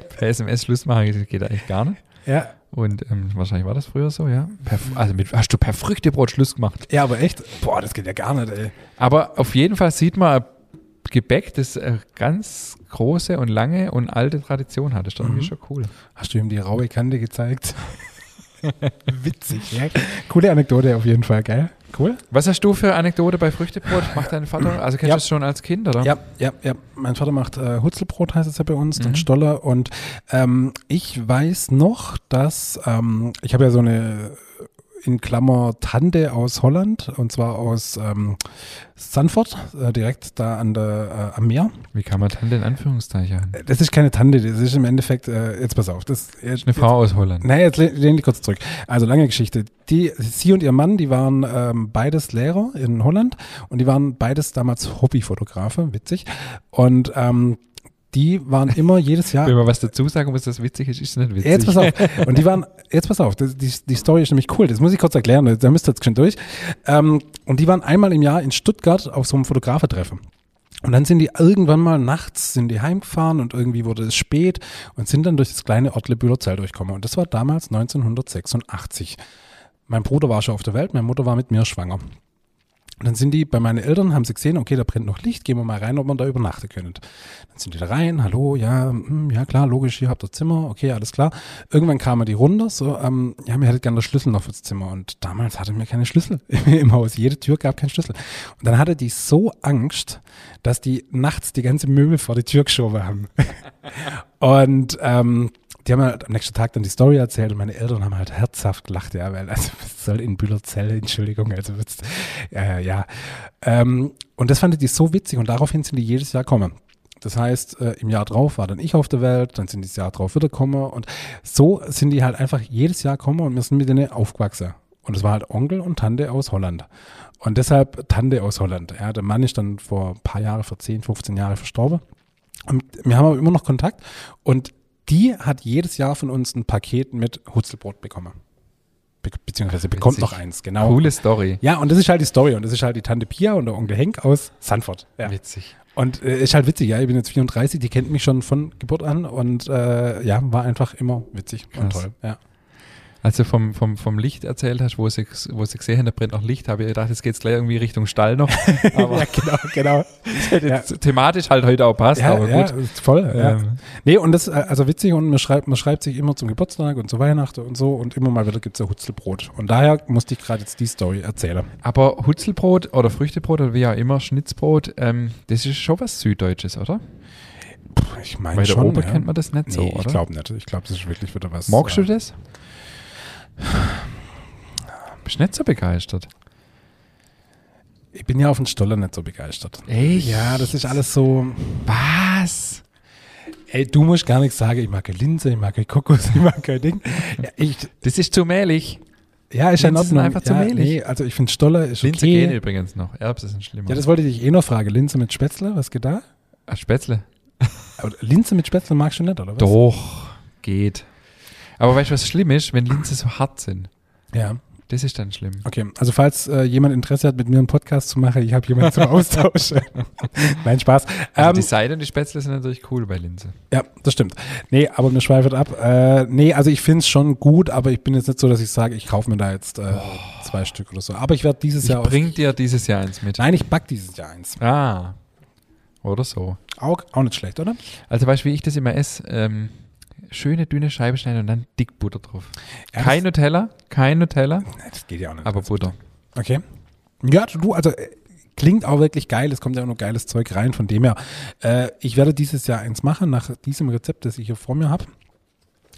B: genau. per SMS Schluss machen das geht eigentlich gar nicht.
A: Ja.
B: Und ähm, wahrscheinlich war das früher so, ja. Per, also mit, hast du per Früchtebrot Schluss gemacht.
A: ja, aber echt, boah, das geht ja gar nicht, ey.
B: Aber auf jeden Fall sieht man ein Gebäck, das eine ganz große und lange und alte Tradition hat. Das ist doch irgendwie schon cool.
A: Hast du ihm die raue Kante gezeigt? Witzig, ja. Coole Anekdote auf jeden Fall, geil. Cool.
B: Was hast du für Anekdote bei Früchtebrot? Macht dein Vater? Also kennst
A: Ja.
B: du das schon als Kind, oder?
A: Ja, ja, ja. Mein Vater macht äh, Hutzelbrot, heißt es ja bei uns,
B: Mhm.
A: dann Stoller. Und ähm, ich weiß noch, dass ähm, ich habe ja so eine in Klammer Tante aus Holland und zwar aus ähm, Sanford, äh, direkt da an der, äh, am Meer.
B: Wie kann man dann den Anführungszeichen? Das
A: Das ist keine Tante, das ist im Endeffekt, äh, jetzt pass auf, das
B: ist eine Frau aus Holland.
A: Nein, jetzt le- lehn dich kurz zurück. Also lange Geschichte. Die, sie und ihr Mann, die waren ähm, beides Lehrer in Holland und die waren beides damals Hobbyfotografe, witzig. Und ähm, die waren immer jedes Jahr
B: Wenn man was dazu sagen muss, das witzig ist, ist es nicht witzig.
A: Jetzt pass auf. Und die waren, jetzt pass auf, das, die, die Story ist nämlich cool. Das muss ich kurz erklären, da müsst ihr jetzt schon durch. Ähm, und die waren einmal im Jahr in Stuttgart auf so einem Fotografentreffen. Und dann sind die irgendwann mal nachts, sind die heimgefahren und irgendwie wurde es spät und sind dann durch das kleine Ortle Bühlerzell durchgekommen. Und das war damals 1986. Mein Bruder war schon auf der Welt, meine Mutter war mit mir schwanger. Und dann sind die bei meinen Eltern, haben sie gesehen, okay, da brennt noch Licht, gehen wir mal rein, ob man da übernachten können. Dann sind die da rein, hallo, ja, hm, ja klar, logisch, hier habt ihr Zimmer, okay, alles klar. Irgendwann kamen die runter, so, ähm, ja, mir hättet gerne den Schlüssel noch fürs Zimmer. Und damals hatte mir keine Schlüssel im Haus, jede Tür gab keinen Schlüssel. Und dann hatte die so Angst, dass die nachts die ganze Möbel vor die Tür geschoben haben. Und ähm, die haben halt am nächsten Tag dann die Story erzählt und meine Eltern haben halt herzhaft gelacht, ja, weil also was soll in Bühlerzelle, Entschuldigung, also was, äh, ja. Ähm, und das fanden die so witzig und daraufhin sind die jedes Jahr kommen. Das heißt, äh, im Jahr drauf war dann ich auf der Welt, dann sind die das Jahr drauf wieder kommen und so sind die halt einfach jedes Jahr kommen und wir sind mit denen aufgewachsen. Und es war halt Onkel und Tante aus Holland. Und deshalb Tante aus Holland. Ja, der Mann ist dann vor ein paar Jahren, vor 10, 15 Jahren verstorben. Und wir haben aber immer noch Kontakt. Und die hat jedes Jahr von uns ein Paket mit Hutzelbrot bekommen. Be beziehungsweise bekommt
B: Witzig.
A: noch eins, genau.
B: Coole Story.
A: Ja, und das ist halt die Story. Und das ist halt die Tante Pia und der Onkel Henk aus Sanford. Ja.
B: Witzig.
A: Und äh, ist halt witzig, ja. Ich bin jetzt 34, die kennt mich schon von Geburt an. Und äh, ja, war einfach immer witzig und
B: Krass.
A: toll. Ja.
B: Als du vom, vom, vom Licht erzählt hast, wo sie, wo sie gesehen haben, da brennt noch Licht, habe ich gedacht, jetzt geht es gleich irgendwie Richtung Stall noch. Aber
A: ja, genau, genau. ja.
B: thematisch halt heute auch passt, aber
A: ja,
B: gut.
A: ja, ist voll. Ja.
B: Ähm.
A: Nee, und das ist äh, also witzig und man schreibt, man schreibt sich immer zum Geburtstag und zu Weihnachten und so und immer mal wieder gibt's ja Hutzelbrot. Und daher musste ich gerade jetzt die Story erzählen.
B: Aber Hutzelbrot oder Früchtebrot oder wie auch immer, Schnitzbrot, ähm, das ist schon was Süddeutsches, oder?
A: Puh, Ich meine
B: Weil der
A: schon,
B: Ober
A: ja.
B: kennt man das nicht
A: nee,
B: so, oder?
A: ich glaube nicht. Ich glaube, das ist wirklich wieder was.
B: Magst
A: äh,
B: du das? Bist nicht so begeistert.
A: Ich bin ja auf den Stoller nicht so begeistert.
B: Echt?
A: Ja, das ist alles so.
B: Was?
A: Ey, du musst gar nichts sagen. Ich mag keine Linse, ich mag keine Kokos, ich mag kein Ding. Ja, ich,
B: Das ist zu mehlig.
A: ja ist ja in
B: Linsen sind
A: Ordnung.
B: einfach zu
A: ja,
B: mehlig.
A: Nee, also ich finde Stoller ist
B: Linse
A: okay.
B: gehen übrigens noch. Erbsen sind schlimmer.
A: Ja, das wollte ich dich eh noch fragen. Linse mit Spätzle, was geht da?
B: Ach, Spätzle.
A: Aber Linse mit Spätzle magst du nicht, oder was?
B: Doch, geht. Aber weißt du, was schlimm ist, wenn Linse so hart sind?
A: Ja.
B: Das ist dann schlimm.
A: Okay, also falls äh, jemand Interesse hat, mit mir einen Podcast zu machen, ich habe jemanden zum Austausch. Nein, Spaß.
B: Also
A: Ähm,
B: die Seite und die Spätzle sind natürlich cool bei Linse.
A: ja, das stimmt. Nee, aber mir schweift ab. Äh, nee, also ich finde es schon gut, aber ich bin jetzt nicht so, dass ich sage, ich kaufe mir da jetzt äh, zwei Stück oder so. Aber ich werde dieses
B: Oh. Ich
A: Jahr... auf-
B: bring dir dieses Jahr eins mit.
A: Nein, ich back dieses Jahr eins.
B: Ah, oder so.
A: Auch, auch nicht schlecht, oder?
B: Also weißt du, wie ich das immer esse? Ähm, schöne, dünne Scheibe schneiden und dann dick Butter drauf.
A: Ja,
B: kein Nutella, kein Nutella,
A: Das, das geht ja auch nicht.
B: aber Butter.
A: Okay. Ja, du, also äh, klingt auch wirklich geil. Es kommt ja auch nur geiles Zeug rein. Von dem her, äh, ich werde dieses Jahr eins machen, nach diesem Rezept, das ich hier vor mir habe.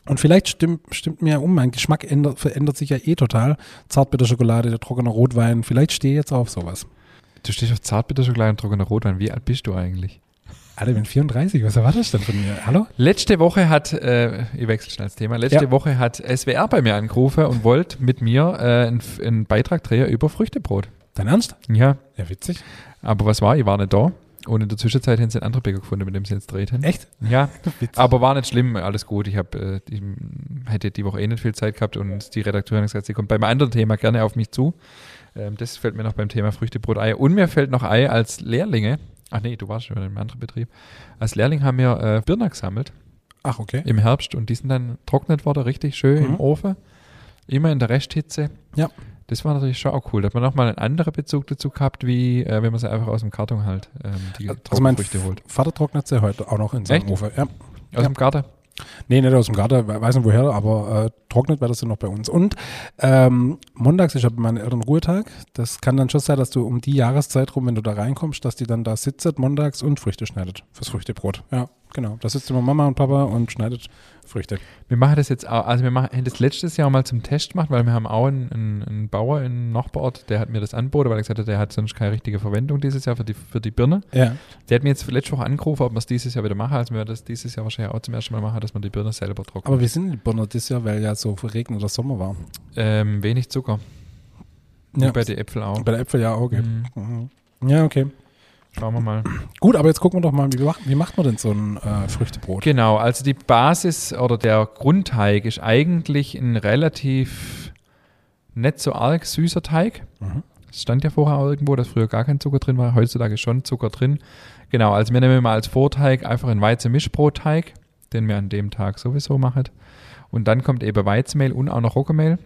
A: Und vielleicht stimmt, stimmt mir ja um, mein Geschmack ändert, verändert sich ja eh total. Zartbitterschokolade, der trockene Rotwein, vielleicht stehe ich jetzt auf sowas.
B: Du stehst auf Zartbitterschokolade und trockener Rotwein. Wie alt bist du eigentlich?
A: Alter, ich bin 34, was erwartest du denn von mir? Hallo?
B: Letzte Woche hat, äh, ich wechsle schnell das Thema, letzte
A: Ja.
B: Woche hat SWR bei mir angerufen und wollte mit mir äh, einen, F- einen Beitrag drehen über Früchtebrot.
A: Dein Ernst?
B: Ja,
A: Ja, witzig.
B: aber was war, ich war nicht da. Und in der Zwischenzeit haben sie einen anderen Bäcker gefunden, mit dem sie jetzt drehten.
A: Echt?
B: Ja, aber war nicht schlimm, alles gut. Ich habe, äh, ich hätte die Woche eh nicht viel Zeit gehabt und die Redakteurin hat gesagt, sie kommt beim anderen Thema gerne auf mich zu. Ähm, das fällt mir noch beim Thema Früchtebrot Ei. Und mir fällt noch Ei als Lehrlinge. Ach nee, du warst schon in einem anderen Betrieb. Als Lehrling haben wir äh, Birner gesammelt
A: Ach, okay.
B: im Herbst und die sind dann trocknet worden, richtig schön
A: Mhm.
B: im Ofen. Immer in der Resthitze.
A: Ja.
B: Das war natürlich schon auch cool. Da hat man nochmal einen anderen Bezug dazu gehabt, wie äh, wenn man sie einfach aus dem Karton halt ähm, die
A: Also mein
B: Trockenfrüchte holt.
A: Vater trocknet sie heute auch noch in seinem
B: Echt?
A: Ofen. Ja.
B: Aus dem Garten.
A: Nee, nicht aus dem Garten, we- weiß nicht woher, aber äh, trocknet wäre das dann noch bei uns. Und ähm, montags ist ja bei meinen Eltern Ruhetag. Das kann dann schon sein, dass du um die Jahreszeit rum, wenn du da reinkommst, dass die dann da sitzt montags und Früchte schneidet fürs Früchtebrot. Ja, genau. Da sitzt immer Mama und Papa und schneidet Früchte.
B: Wir machen das jetzt auch, also wir machen, haben das letztes Jahr mal zum Test gemacht, weil wir haben auch einen, einen, einen Bauer im Nachbarort, der hat mir das angeboten, weil er gesagt hat, der hat sonst keine richtige Verwendung dieses Jahr für die, für die Birne.
A: Ja.
B: Der hat mir jetzt letzte Woche angerufen, ob wir es dieses Jahr wieder machen, also wir werden das dieses Jahr wahrscheinlich auch zum ersten Mal machen, dass man die Birne selber trocknet.
A: Aber wir sind in Bonner dieses Jahr, weil ja so verregneter Sommer war.
B: ähm, wenig Zucker,
A: Ja.
B: wie bei den Äpfeln auch.
A: Bei der Äpfel ja auch, okay.
B: Mhm.
A: Mhm. Ja, okay.
B: Schauen wir mal.
A: Gut, aber jetzt gucken wir doch mal, wie macht, wie macht man denn so ein äh, Früchtebrot?
B: Genau, also die Basis oder der Grundteig ist eigentlich ein relativ nicht so arg süßer Teig.
A: Mhm.
B: Es stand ja vorher auch irgendwo, dass früher gar kein Zucker drin war, heutzutage schon Zucker drin. Genau, also wir nehmen mal als Vorteig einfach einen Weizen-Mischbrotteig, den wir an dem Tag sowieso machen. Und dann kommt eben Weizenmehl und auch noch Roggemehl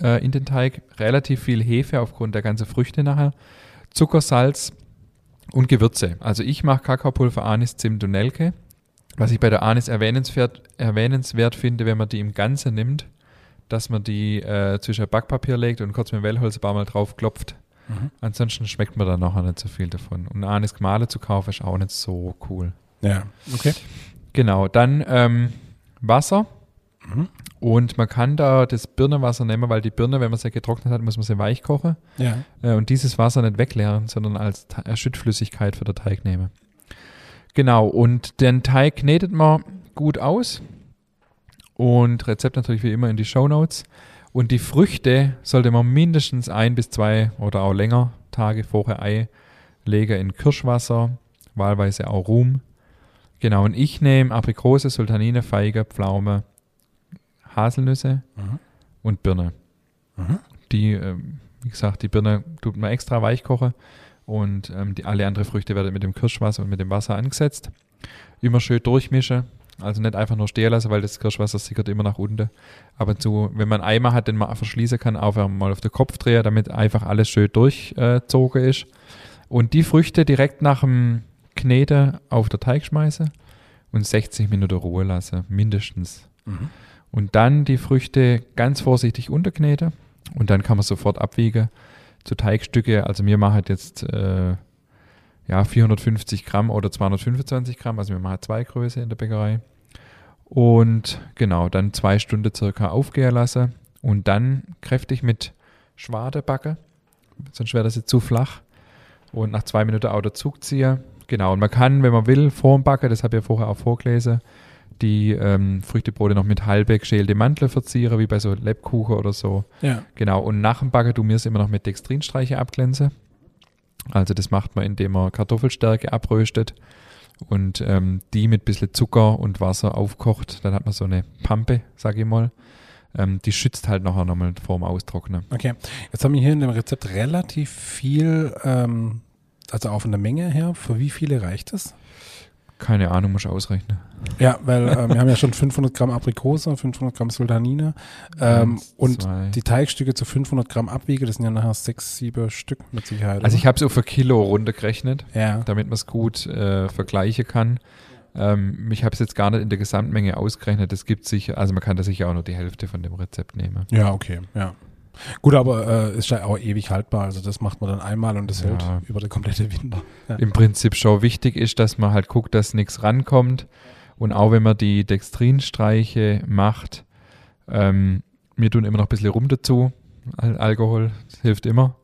B: äh, in den Teig. Relativ viel Hefe aufgrund der ganzen Früchte nachher. Zucker, Salz und Gewürze. Also ich mache Kakaopulver, Anis, Zimt und Nelke. Was ich bei der Anis erwähnenswert, erwähnenswert finde, wenn man die im Ganzen nimmt, dass man die äh, zwischen Backpapier legt und kurz mit dem Wellholz ein paar Mal drauf klopft.
A: Mhm.
B: Ansonsten schmeckt man dann nachher nicht so viel davon. Und Anis gemahlen zu kaufen ist auch nicht so cool.
A: Ja, okay.
B: Genau, dann ähm, Wasser.
A: Mhm.
B: Und man kann da das Birnenwasser nehmen, weil die Birne, wenn man sie getrocknet hat, muss man sie weich kochen.
A: Ja.
B: Äh, und dieses Wasser nicht wegleeren, sondern als Te- äh, Schüttflüssigkeit für den Teig nehmen. Genau, und den Teig knetet man gut aus. Und Rezept natürlich wie immer in die Show Notes. Und die Früchte sollte man mindestens ein bis zwei oder auch länger Tage vorher einlegen in Kirschwasser, wahlweise auch Rum. Genau, und ich nehme Aprikose, Sultanine, Feige, Pflaume, Haselnüsse
A: Mhm.
B: und Birne.
A: Mhm.
B: Die, ähm, wie gesagt, die Birne tut man extra weich kochen und ähm, die, alle anderen Früchte werden mit dem Kirschwasser und mit dem Wasser angesetzt. Immer schön durchmischen, also nicht einfach nur stehen lassen, weil das Kirschwasser sickert immer nach unten. Aber zu, wenn man einen Eimer hat, den man verschließen kann, aufwärmen, mal auf den Kopf drehen, damit einfach alles schön durchzogen ist. Und die Früchte direkt nach dem Kneten auf den Teig schmeißen und 60 Minuten Ruhe lassen, mindestens
A: Mhm.
B: und dann die Früchte ganz vorsichtig unterkneten und dann kann man sofort abwiegen zu Teigstücke. Also wir machen jetzt äh, ja 450 Gramm oder 225 Gramm, also wir machen zwei Größe in der Bäckerei und genau dann zwei Stunden circa aufgehen lassen und dann kräftig mit Schwarte backe, sonst wäre das jetzt zu flach und nach zwei Minuten auch der Zug ziehe. Genau, und man kann, wenn man will, vorm Backen, das habe ich ja vorher auch vorgelesen, die ähm, Früchtebrote noch mit halbe geschälte Mantel verziere, wie bei so Lebkuchen oder so.
A: Ja.
B: Genau, und nach dem Backen du mir es immer noch mit Dextrinstreiche abglänze. Also das macht man, indem man Kartoffelstärke abröstet und ähm, die mit bisschen Zucker und Wasser aufkocht. Dann hat man so eine Pampe, sag ich mal. Ähm, die schützt halt nachher nochmal vorm Austrocknen.
A: Okay. Jetzt haben wir hier in dem Rezept relativ viel, ähm, also auch von der Menge her, für wie viele reicht es?
B: Keine Ahnung, muss ich ausrechnen.
A: Ja, weil ähm, wir haben ja schon 500 Gramm Aprikose, 500 Gramm Sultanine ähm,
B: Eins,
A: und
B: zwei.
A: die Teigstücke zu 500 Gramm Abwiege, das sind ja nachher sechs, sieben Stück mit Sicherheit.
B: also ich habe es auf ein Kilo runtergerechnet.
A: oder? ja.
B: damit man es gut äh, vergleichen kann. Ähm, ich habe es jetzt gar nicht in der Gesamtmenge ausgerechnet. Es gibt sicher, also man kann da sicher auch nur die Hälfte von dem Rezept nehmen.
A: Ja, okay, ja. Gut, aber äh, ist ja auch ewig haltbar. Also das macht man dann einmal und das
B: Ja.
A: hält über den kompletten Winter. Ja.
B: Im Prinzip schon wichtig ist, dass man halt guckt, dass nichts rankommt. Und auch wenn man die Dextrinstreiche macht, ähm, wir tun immer noch ein bisschen rum dazu. Al Alkohol, das hilft immer.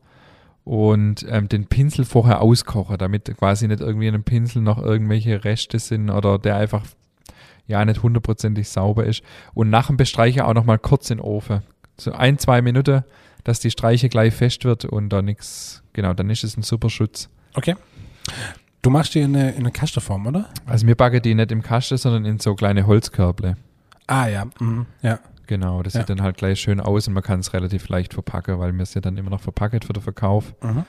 B: Und ähm, den Pinsel vorher auskochen, damit quasi nicht irgendwie in dem Pinsel noch irgendwelche Reste sind oder der einfach ja nicht hundertprozentig sauber ist. Und nach dem Bestreichen auch nochmal kurz in den Ofen. So ein, zwei Minuten, dass die Streiche gleich fest wird und da nichts, genau, dann ist es ein super Schutz.
A: Okay. Du machst die in eine, in eine Kastenform, oder?
B: Also wir backen die nicht im Kasten, sondern in so kleine Holzkörble.
A: Ah ja, mhm. ja.
B: Genau, das
A: Ja.
B: sieht dann halt gleich schön aus und man kann es relativ leicht verpacken, weil wir es ja dann immer noch verpackt für den Verkauf.
A: Mhm.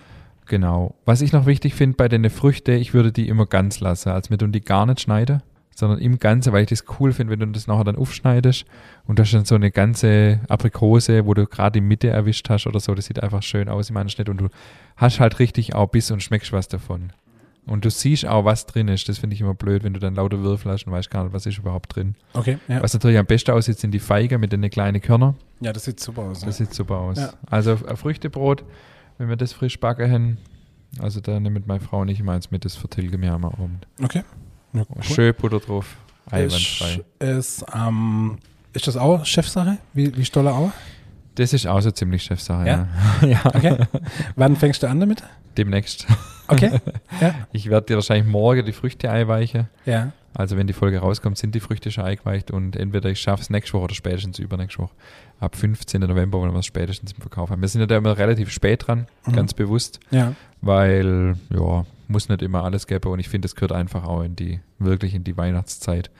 B: Genau. Was ich noch wichtig finde bei den Früchten, ich würde die immer ganz lassen. Also mit und die gar nicht schneide, sondern im Ganze, weil ich das cool finde, wenn du das nachher dann aufschneidest und da ist dann so eine ganze Aprikose, wo du gerade die Mitte erwischt hast oder so, das sieht einfach schön aus im Anschnitt und du hast halt richtig auch Biss und schmeckst was davon. Und du siehst auch, was drin ist. Das finde ich immer blöd, wenn du dann lauter Würfel hast und weißt gar nicht, was ist überhaupt drin.
A: Okay, ja.
B: Was natürlich am besten aussieht, sind die Feige mit den kleinen Körner.
A: ja, das sieht super aus.
B: Das
A: ja.
B: sieht super aus.
A: Ja.
B: Also ein Früchtebrot, wenn wir das frisch backen hätten, also da nimmt meine Frau nicht meins mit, das vertilgen wir am Abend.
A: Okay. Ja, cool.
B: Schön Butter drauf,
A: Ist,
B: einwandfrei.
A: ist, ähm, ist das auch Chefsache, wie, wie Stolle auch?
B: Das ist auch so ziemlich Chefsache.
A: Ja?
B: Ja. ja.
A: Okay. Wann fängst du an damit?
B: Demnächst.
A: Okay, ja.
B: Ich werde dir wahrscheinlich morgen die Früchte einweichen.
A: Ja,
B: Also wenn die Folge rauskommt, sind die Früchte schon eingeweicht und entweder ich schaffe es nächste Woche oder spätestens übernächste Woche. Ab 15. November wollen wir es spätestens im Verkauf haben. Wir sind ja da immer relativ spät dran,
A: Mhm.
B: ganz bewusst.
A: ja.
B: weil ja, muss nicht immer alles geben und ich finde, es gehört einfach auch in die, wirklich in die Weihnachtszeit.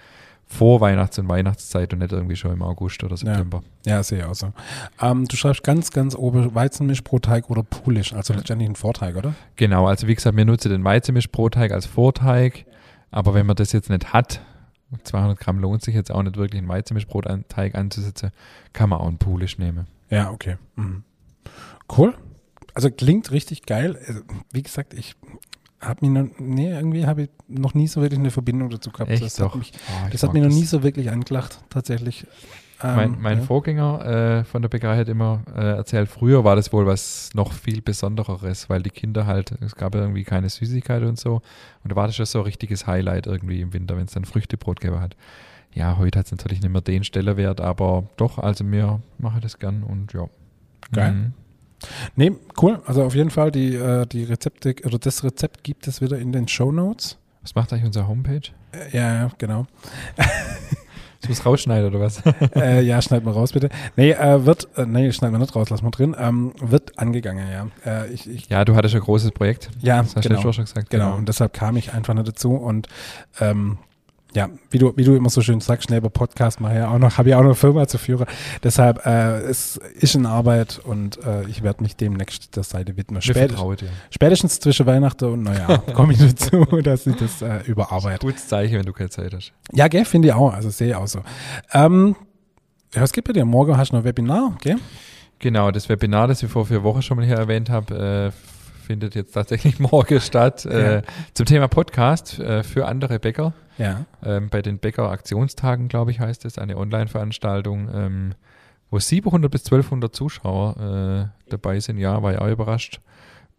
B: vor Weihnachts- und Weihnachtszeit und nicht irgendwie schon im August oder September.
A: Ja, sehe ich auch so. Ähm, du schreibst ganz, ganz oben Weizenmischbrotteig oder Pulisch, also letztendlich ein Vorteig, oder?
B: Genau, also wie gesagt, wir nutzen den Weizenmischbrotteig als Vorteig, aber wenn man das jetzt nicht hat, 200 Gramm lohnt sich jetzt auch nicht wirklich, einen Weizenmischbrotteig anzusetzen, kann man auch einen Pulisch nehmen.
A: Ja, okay. Mhm. Cool. Also klingt richtig geil. Also, Wie gesagt, ich habe mir noch, nee, irgendwie habe ich noch nie so wirklich eine Verbindung dazu gehabt.
B: Echt
A: das
B: doch.
A: Hat mich,
B: Oh, ich
A: das hat
B: mag
A: mir noch nie so wirklich angelacht, tatsächlich. Ähm,
B: Mein, mein
A: ja.
B: Vorgänger äh, von der Bäckerei hat immer äh, erzählt, früher war das wohl was noch viel Besondereres, weil die Kinder halt, es gab irgendwie keine Süßigkeit und so. Und da war das schon so ein richtiges Highlight irgendwie im Winter, wenn es dann Früchtebrot gäbe hat. Ja, heute hat es natürlich nicht mehr den Stellerwert, aber doch, also mir mache das gern und ja.
A: Geil.
B: Mhm.
A: Nee, cool. Also auf jeden Fall, die, äh, die Rezepte, oder das Rezept gibt es wieder in den Show Notes.
B: Was macht eigentlich unsere Homepage?
A: Äh, ja, ja, genau.
B: Du musst rausschneiden oder was?
A: äh, ja, schneid mal raus, bitte. Nee, äh, wird, äh, nee, schneid mal nicht raus, lass mal drin. Ähm, wird angegangen, ja. Äh, ich, ich,
B: ja, du hattest ein großes Projekt.
A: ja,
B: Das hast du
A: genau.
B: schon gesagt.
A: Genau, und deshalb kam ich einfach nicht dazu und ähm, ja, wie du, wie du immer so schön sagst, schnell über Podcast mache ich ja auch noch, habe ja auch noch eine Firma zu führen. Deshalb, äh, es ist in Arbeit und äh, ich werde mich demnächst der Seite widmen.
B: Wir
A: Spät,
B: vertrauen dir.
A: spätestens zwischen Weihnachten und Neujahr komme ich dazu, dass ich das äh, überarbeite.
B: Gutes Zeichen, wenn du keine Zeit hast.
A: Ja, gell, finde ich auch, also sehe ich auch so. Ähm, ja, was gibt bei dir? Morgen hast du noch ein Webinar, gell?
B: Genau, das Webinar, das ich vor vier Wochen schon mal hier erwähnt habe, äh, f- findet jetzt tatsächlich morgen statt äh,
A: Ja.
B: zum Thema Podcast äh, für andere Bäcker.
A: Ja.
B: Ähm, bei den Bäcker-Aktionstagen, glaube ich, heißt es, eine Online-Veranstaltung, ähm, wo 700 bis 1200 Zuschauer äh, dabei sind. Ja, war ich auch überrascht.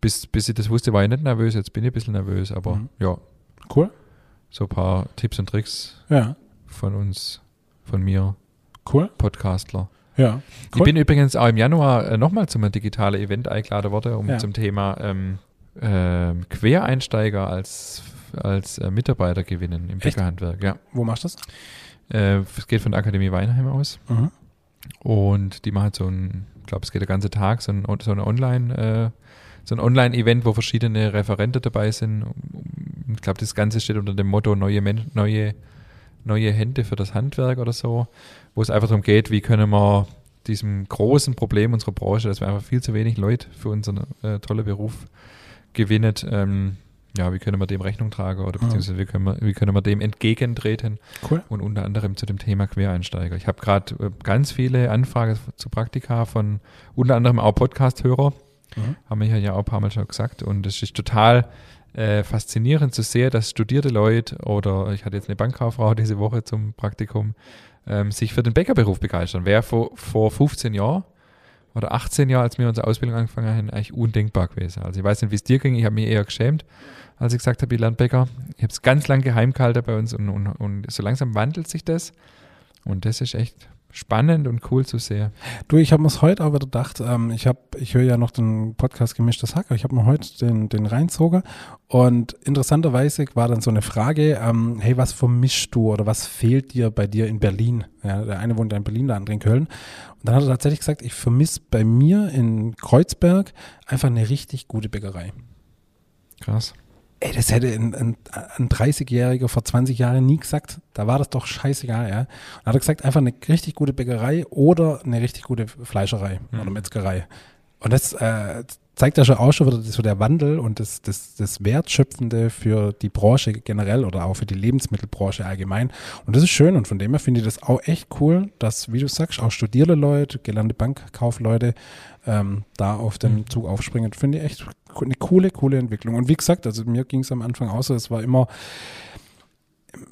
B: Bis, bis ich das wusste, war ich nicht nervös. Jetzt bin ich ein bisschen nervös, aber
A: Mhm.
B: ja,
A: Cool.
B: so ein paar Tipps und Tricks
A: Ja,
B: von uns, von mir,
A: cool.
B: Podcastler.
A: Ja.
B: Ich
A: Cool.
B: bin übrigens auch im Januar äh, nochmal zum digitalen Event eingeladen worden, um
A: Ja.
B: zum Thema ähm, ähm, Quereinsteiger als, als äh, Mitarbeiter gewinnen im
A: Echt?
B: Bäckerhandwerk. Ja.
A: Wo machst du das?
B: Äh, es geht von der Akademie Weinheim aus
A: Mhm.
B: und die machen halt so ein, ich glaube, es geht den ganzen Tag, so ein, so eine Online, äh, so ein Online-Event, wo verschiedene Referente dabei sind. Ich glaube, das Ganze steht unter dem Motto neue, Men neue, neue Hände für das Handwerk oder so, wo es einfach darum geht, wie können wir diesem großen Problem unserer Branche, dass wir einfach viel zu wenig Leute für unseren äh, tollen Beruf gewinnen, ähm, ja, wie können wir dem Rechnung tragen oder
A: Mhm.
B: beziehungsweise wie können wir, wie können wir dem entgegentreten?
A: Cool.
B: und unter anderem zu dem Thema Quereinsteiger. Ich habe gerade äh, ganz viele Anfragen zu Praktika von unter anderem auch Podcast-Hörer,
A: Mhm.
B: haben wir hier ja auch ein paar Mal schon gesagt. Und es ist total äh, faszinierend zu sehen, dass studierte Leute oder ich hatte jetzt eine Bankkauffrau diese Woche zum Praktikum, ähm, sich für den Bäckerberuf begeistern. Wäre vor, vor 15 Jahren oder 18 Jahren, als wir unsere Ausbildung angefangen haben, eigentlich undenkbar gewesen. Also ich weiß nicht, wie es dir ging. Ich habe mich eher geschämt, als ich gesagt habe, ich lerne Bäcker. Ich habe es ganz lang geheim gehalten bei uns und, und, und so langsam wandelt sich das. Und das ist echt spannend und cool zu sehen.
A: Du, ich habe mir's heute aber gedacht, ähm, ich habe, ich höre ja noch den Podcast Gemischtes Hack, aber ich habe mir heute den, den reinzogen und interessanterweise war dann so eine Frage, ähm, hey, was vermischst du oder was fehlt dir bei dir in Berlin? Ja, der eine wohnt ja in Berlin, der andere in Köln. Und dann hat er tatsächlich gesagt, ich vermisse bei mir in Kreuzberg einfach eine richtig gute Bäckerei.
B: Krass.
A: Ey, das hätte ein, ein, ein 30-Jähriger vor 20 Jahren nie gesagt. Da war das doch scheißegal, ja. Und dann hat er gesagt, einfach eine richtig gute Bäckerei oder eine richtig gute Fleischerei
B: Mhm.
A: oder Metzgerei. Und das äh, zeigt ja schon auch schon wieder so der Wandel und das, das, das Wertschöpfende für die Branche generell oder auch für die Lebensmittelbranche allgemein. Und das ist schön und von dem her finde ich das auch echt cool, dass, wie du sagst, auch studierende Leute, gelernte Bankkaufleute ähm, da auf den
B: Mhm.
A: Zug aufspringen. Das Finde ich echt co- eine coole, coole Entwicklung. Und wie gesagt, also mir ging es am Anfang auch so, es war immer,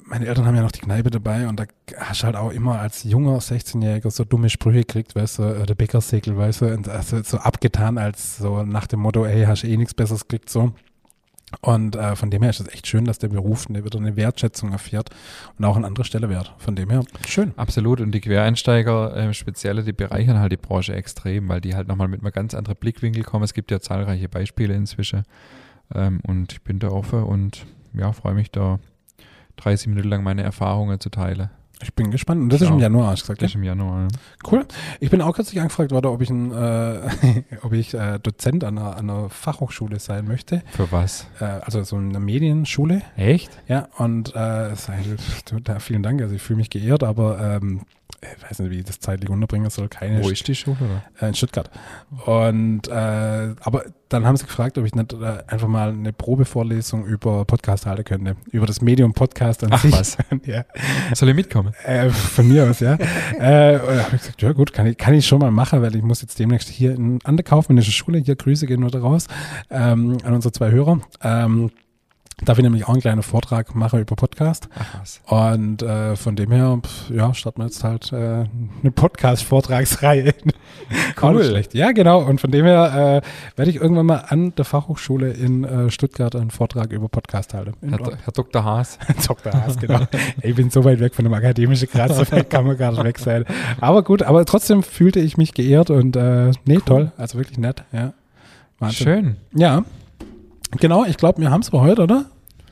A: meine Eltern haben ja noch die Kneipe dabei und da hast du halt auch immer als junger 16-Jähriger so dumme Sprüche gekriegt, weißt du, äh, der Bäckersegel, weißt du, und also so abgetan als so nach dem Motto, ey, hast eh nichts Besseres gekriegt, so. Und äh, von dem her ist es echt schön, dass der Beruf eine, wieder eine Wertschätzung erfährt und auch an anderer Stelle wert. Von dem her, schön.
B: Absolut. Und die Quereinsteiger, äh, speziell, die bereichern halt die Branche extrem, weil die halt nochmal mit einem ganz anderen Blickwinkel kommen. Es gibt ja zahlreiche Beispiele inzwischen. Ähm, und ich bin da offen und ja, freue mich da 30 Minuten lang meine Erfahrungen zu teilen.
A: Ich bin gespannt. Und das
B: Ich
A: ist im
B: auch.
A: Januar, hast du gesagt.
B: Das
A: Ja?
B: ist im Januar.
A: Cool. Ich bin auch kürzlich angefragt worden, ob ich, ein, äh, ob ich äh, Dozent an einer, an einer Fachhochschule sein möchte.
B: Für was?
A: Äh, also so eine Medienschule.
B: Echt?
A: Ja, und äh, sag ich, du, da, vielen Dank. Also ich fühle mich geehrt, aber ähm, ich weiß nicht, wie ich das zeitlich unterbringen soll. Keine
B: Wo ist die Schule? Oder?
A: äh, in Stuttgart. Und äh, aber dann haben sie gefragt, ob ich nicht äh, einfach mal eine Probevorlesung über Podcast halten könnte. Über das Medium Podcast an
B: Ach
A: sich.
B: was,
A: ja.
B: soll ich mitkommen?
A: Äh, von mir aus, ja. äh, und da habe ich gesagt, ja gut, kann ich, kann ich schon mal machen, weil ich muss jetzt demnächst hier in Anderkauf, in der Schule, hier Grüße gehen nur raus ähm, an unsere zwei Hörer. Ähm, darf ich nämlich auch einen kleinen Vortrag machen über Podcast.
B: Ach was.
A: Und äh, von dem her, pf, ja, starten wir jetzt halt äh, eine Podcast-Vortragsreihe. Auch nicht schlecht. Ja, genau. Und von dem her äh, werde ich irgendwann mal an der Fachhochschule in äh, Stuttgart einen Vortrag über Podcast halten. In
B: Herr, Do- Herr Dr. Haas,
A: Dr. Haas, genau. Ich bin so weit weg von dem akademischen Grad, so weit kann man gar nicht weg sein. Aber gut, aber trotzdem fühlte ich mich geehrt und äh, nee, toll, also wirklich nett, ja. Wahnsinn.
B: schön.
A: Ja. Genau, ich glaube, wir haben es heute, oder?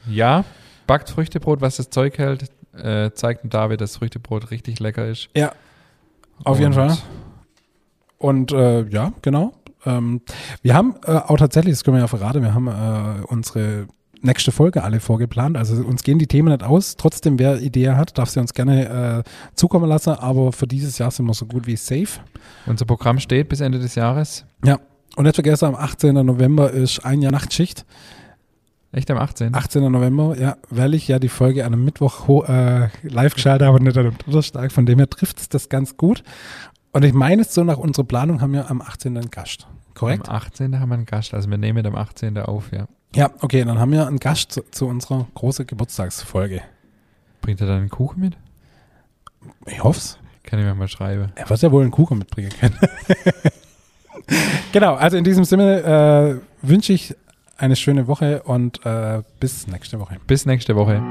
B: Ja, backt Früchtebrot, was das Zeug hält. Äh, zeigt dem David, dass Früchtebrot richtig lecker ist.
A: Ja. Auf jeden Fall. Und äh, ja, genau. Ähm, wir haben äh, auch tatsächlich, das können wir ja verraten, wir haben äh, unsere nächste Folge alle vorgeplant. Also uns gehen die Themen nicht aus. Trotzdem, wer Idee hat, darf sie uns gerne äh, zukommen lassen. Aber für dieses Jahr sind wir so gut wie safe.
B: Unser Programm steht bis Ende des Jahres.
A: Ja. Und nicht vergessen, am 18. November ist ein Jahr Nachtschicht.
B: Echt am 18.
A: 18. November, ja, weil ich ja die Folge an einem Mittwoch ho- äh, live geschaltet habe und nicht an einem Donnerstag. Von dem her trifft es das ganz gut. Und ich meine es so, nach unserer Planung haben wir am 18. einen Gast. Korrekt?
B: Am 18. haben wir einen Gast. Also wir nehmen am 18. auf, ja.
A: Ja, okay, dann haben wir einen Gast zu, zu unserer großen Geburtstagsfolge.
B: Bringt er dann einen Kuchen mit?
A: Ich hoff's.
B: Kann ich mir mal schreiben.
A: Er wird ja wohl einen Kuchen mitbringen können. genau, also in diesem Sinne äh, wünsche ich eine schöne Woche und äh, bis nächste Woche.
B: Bis nächste Woche.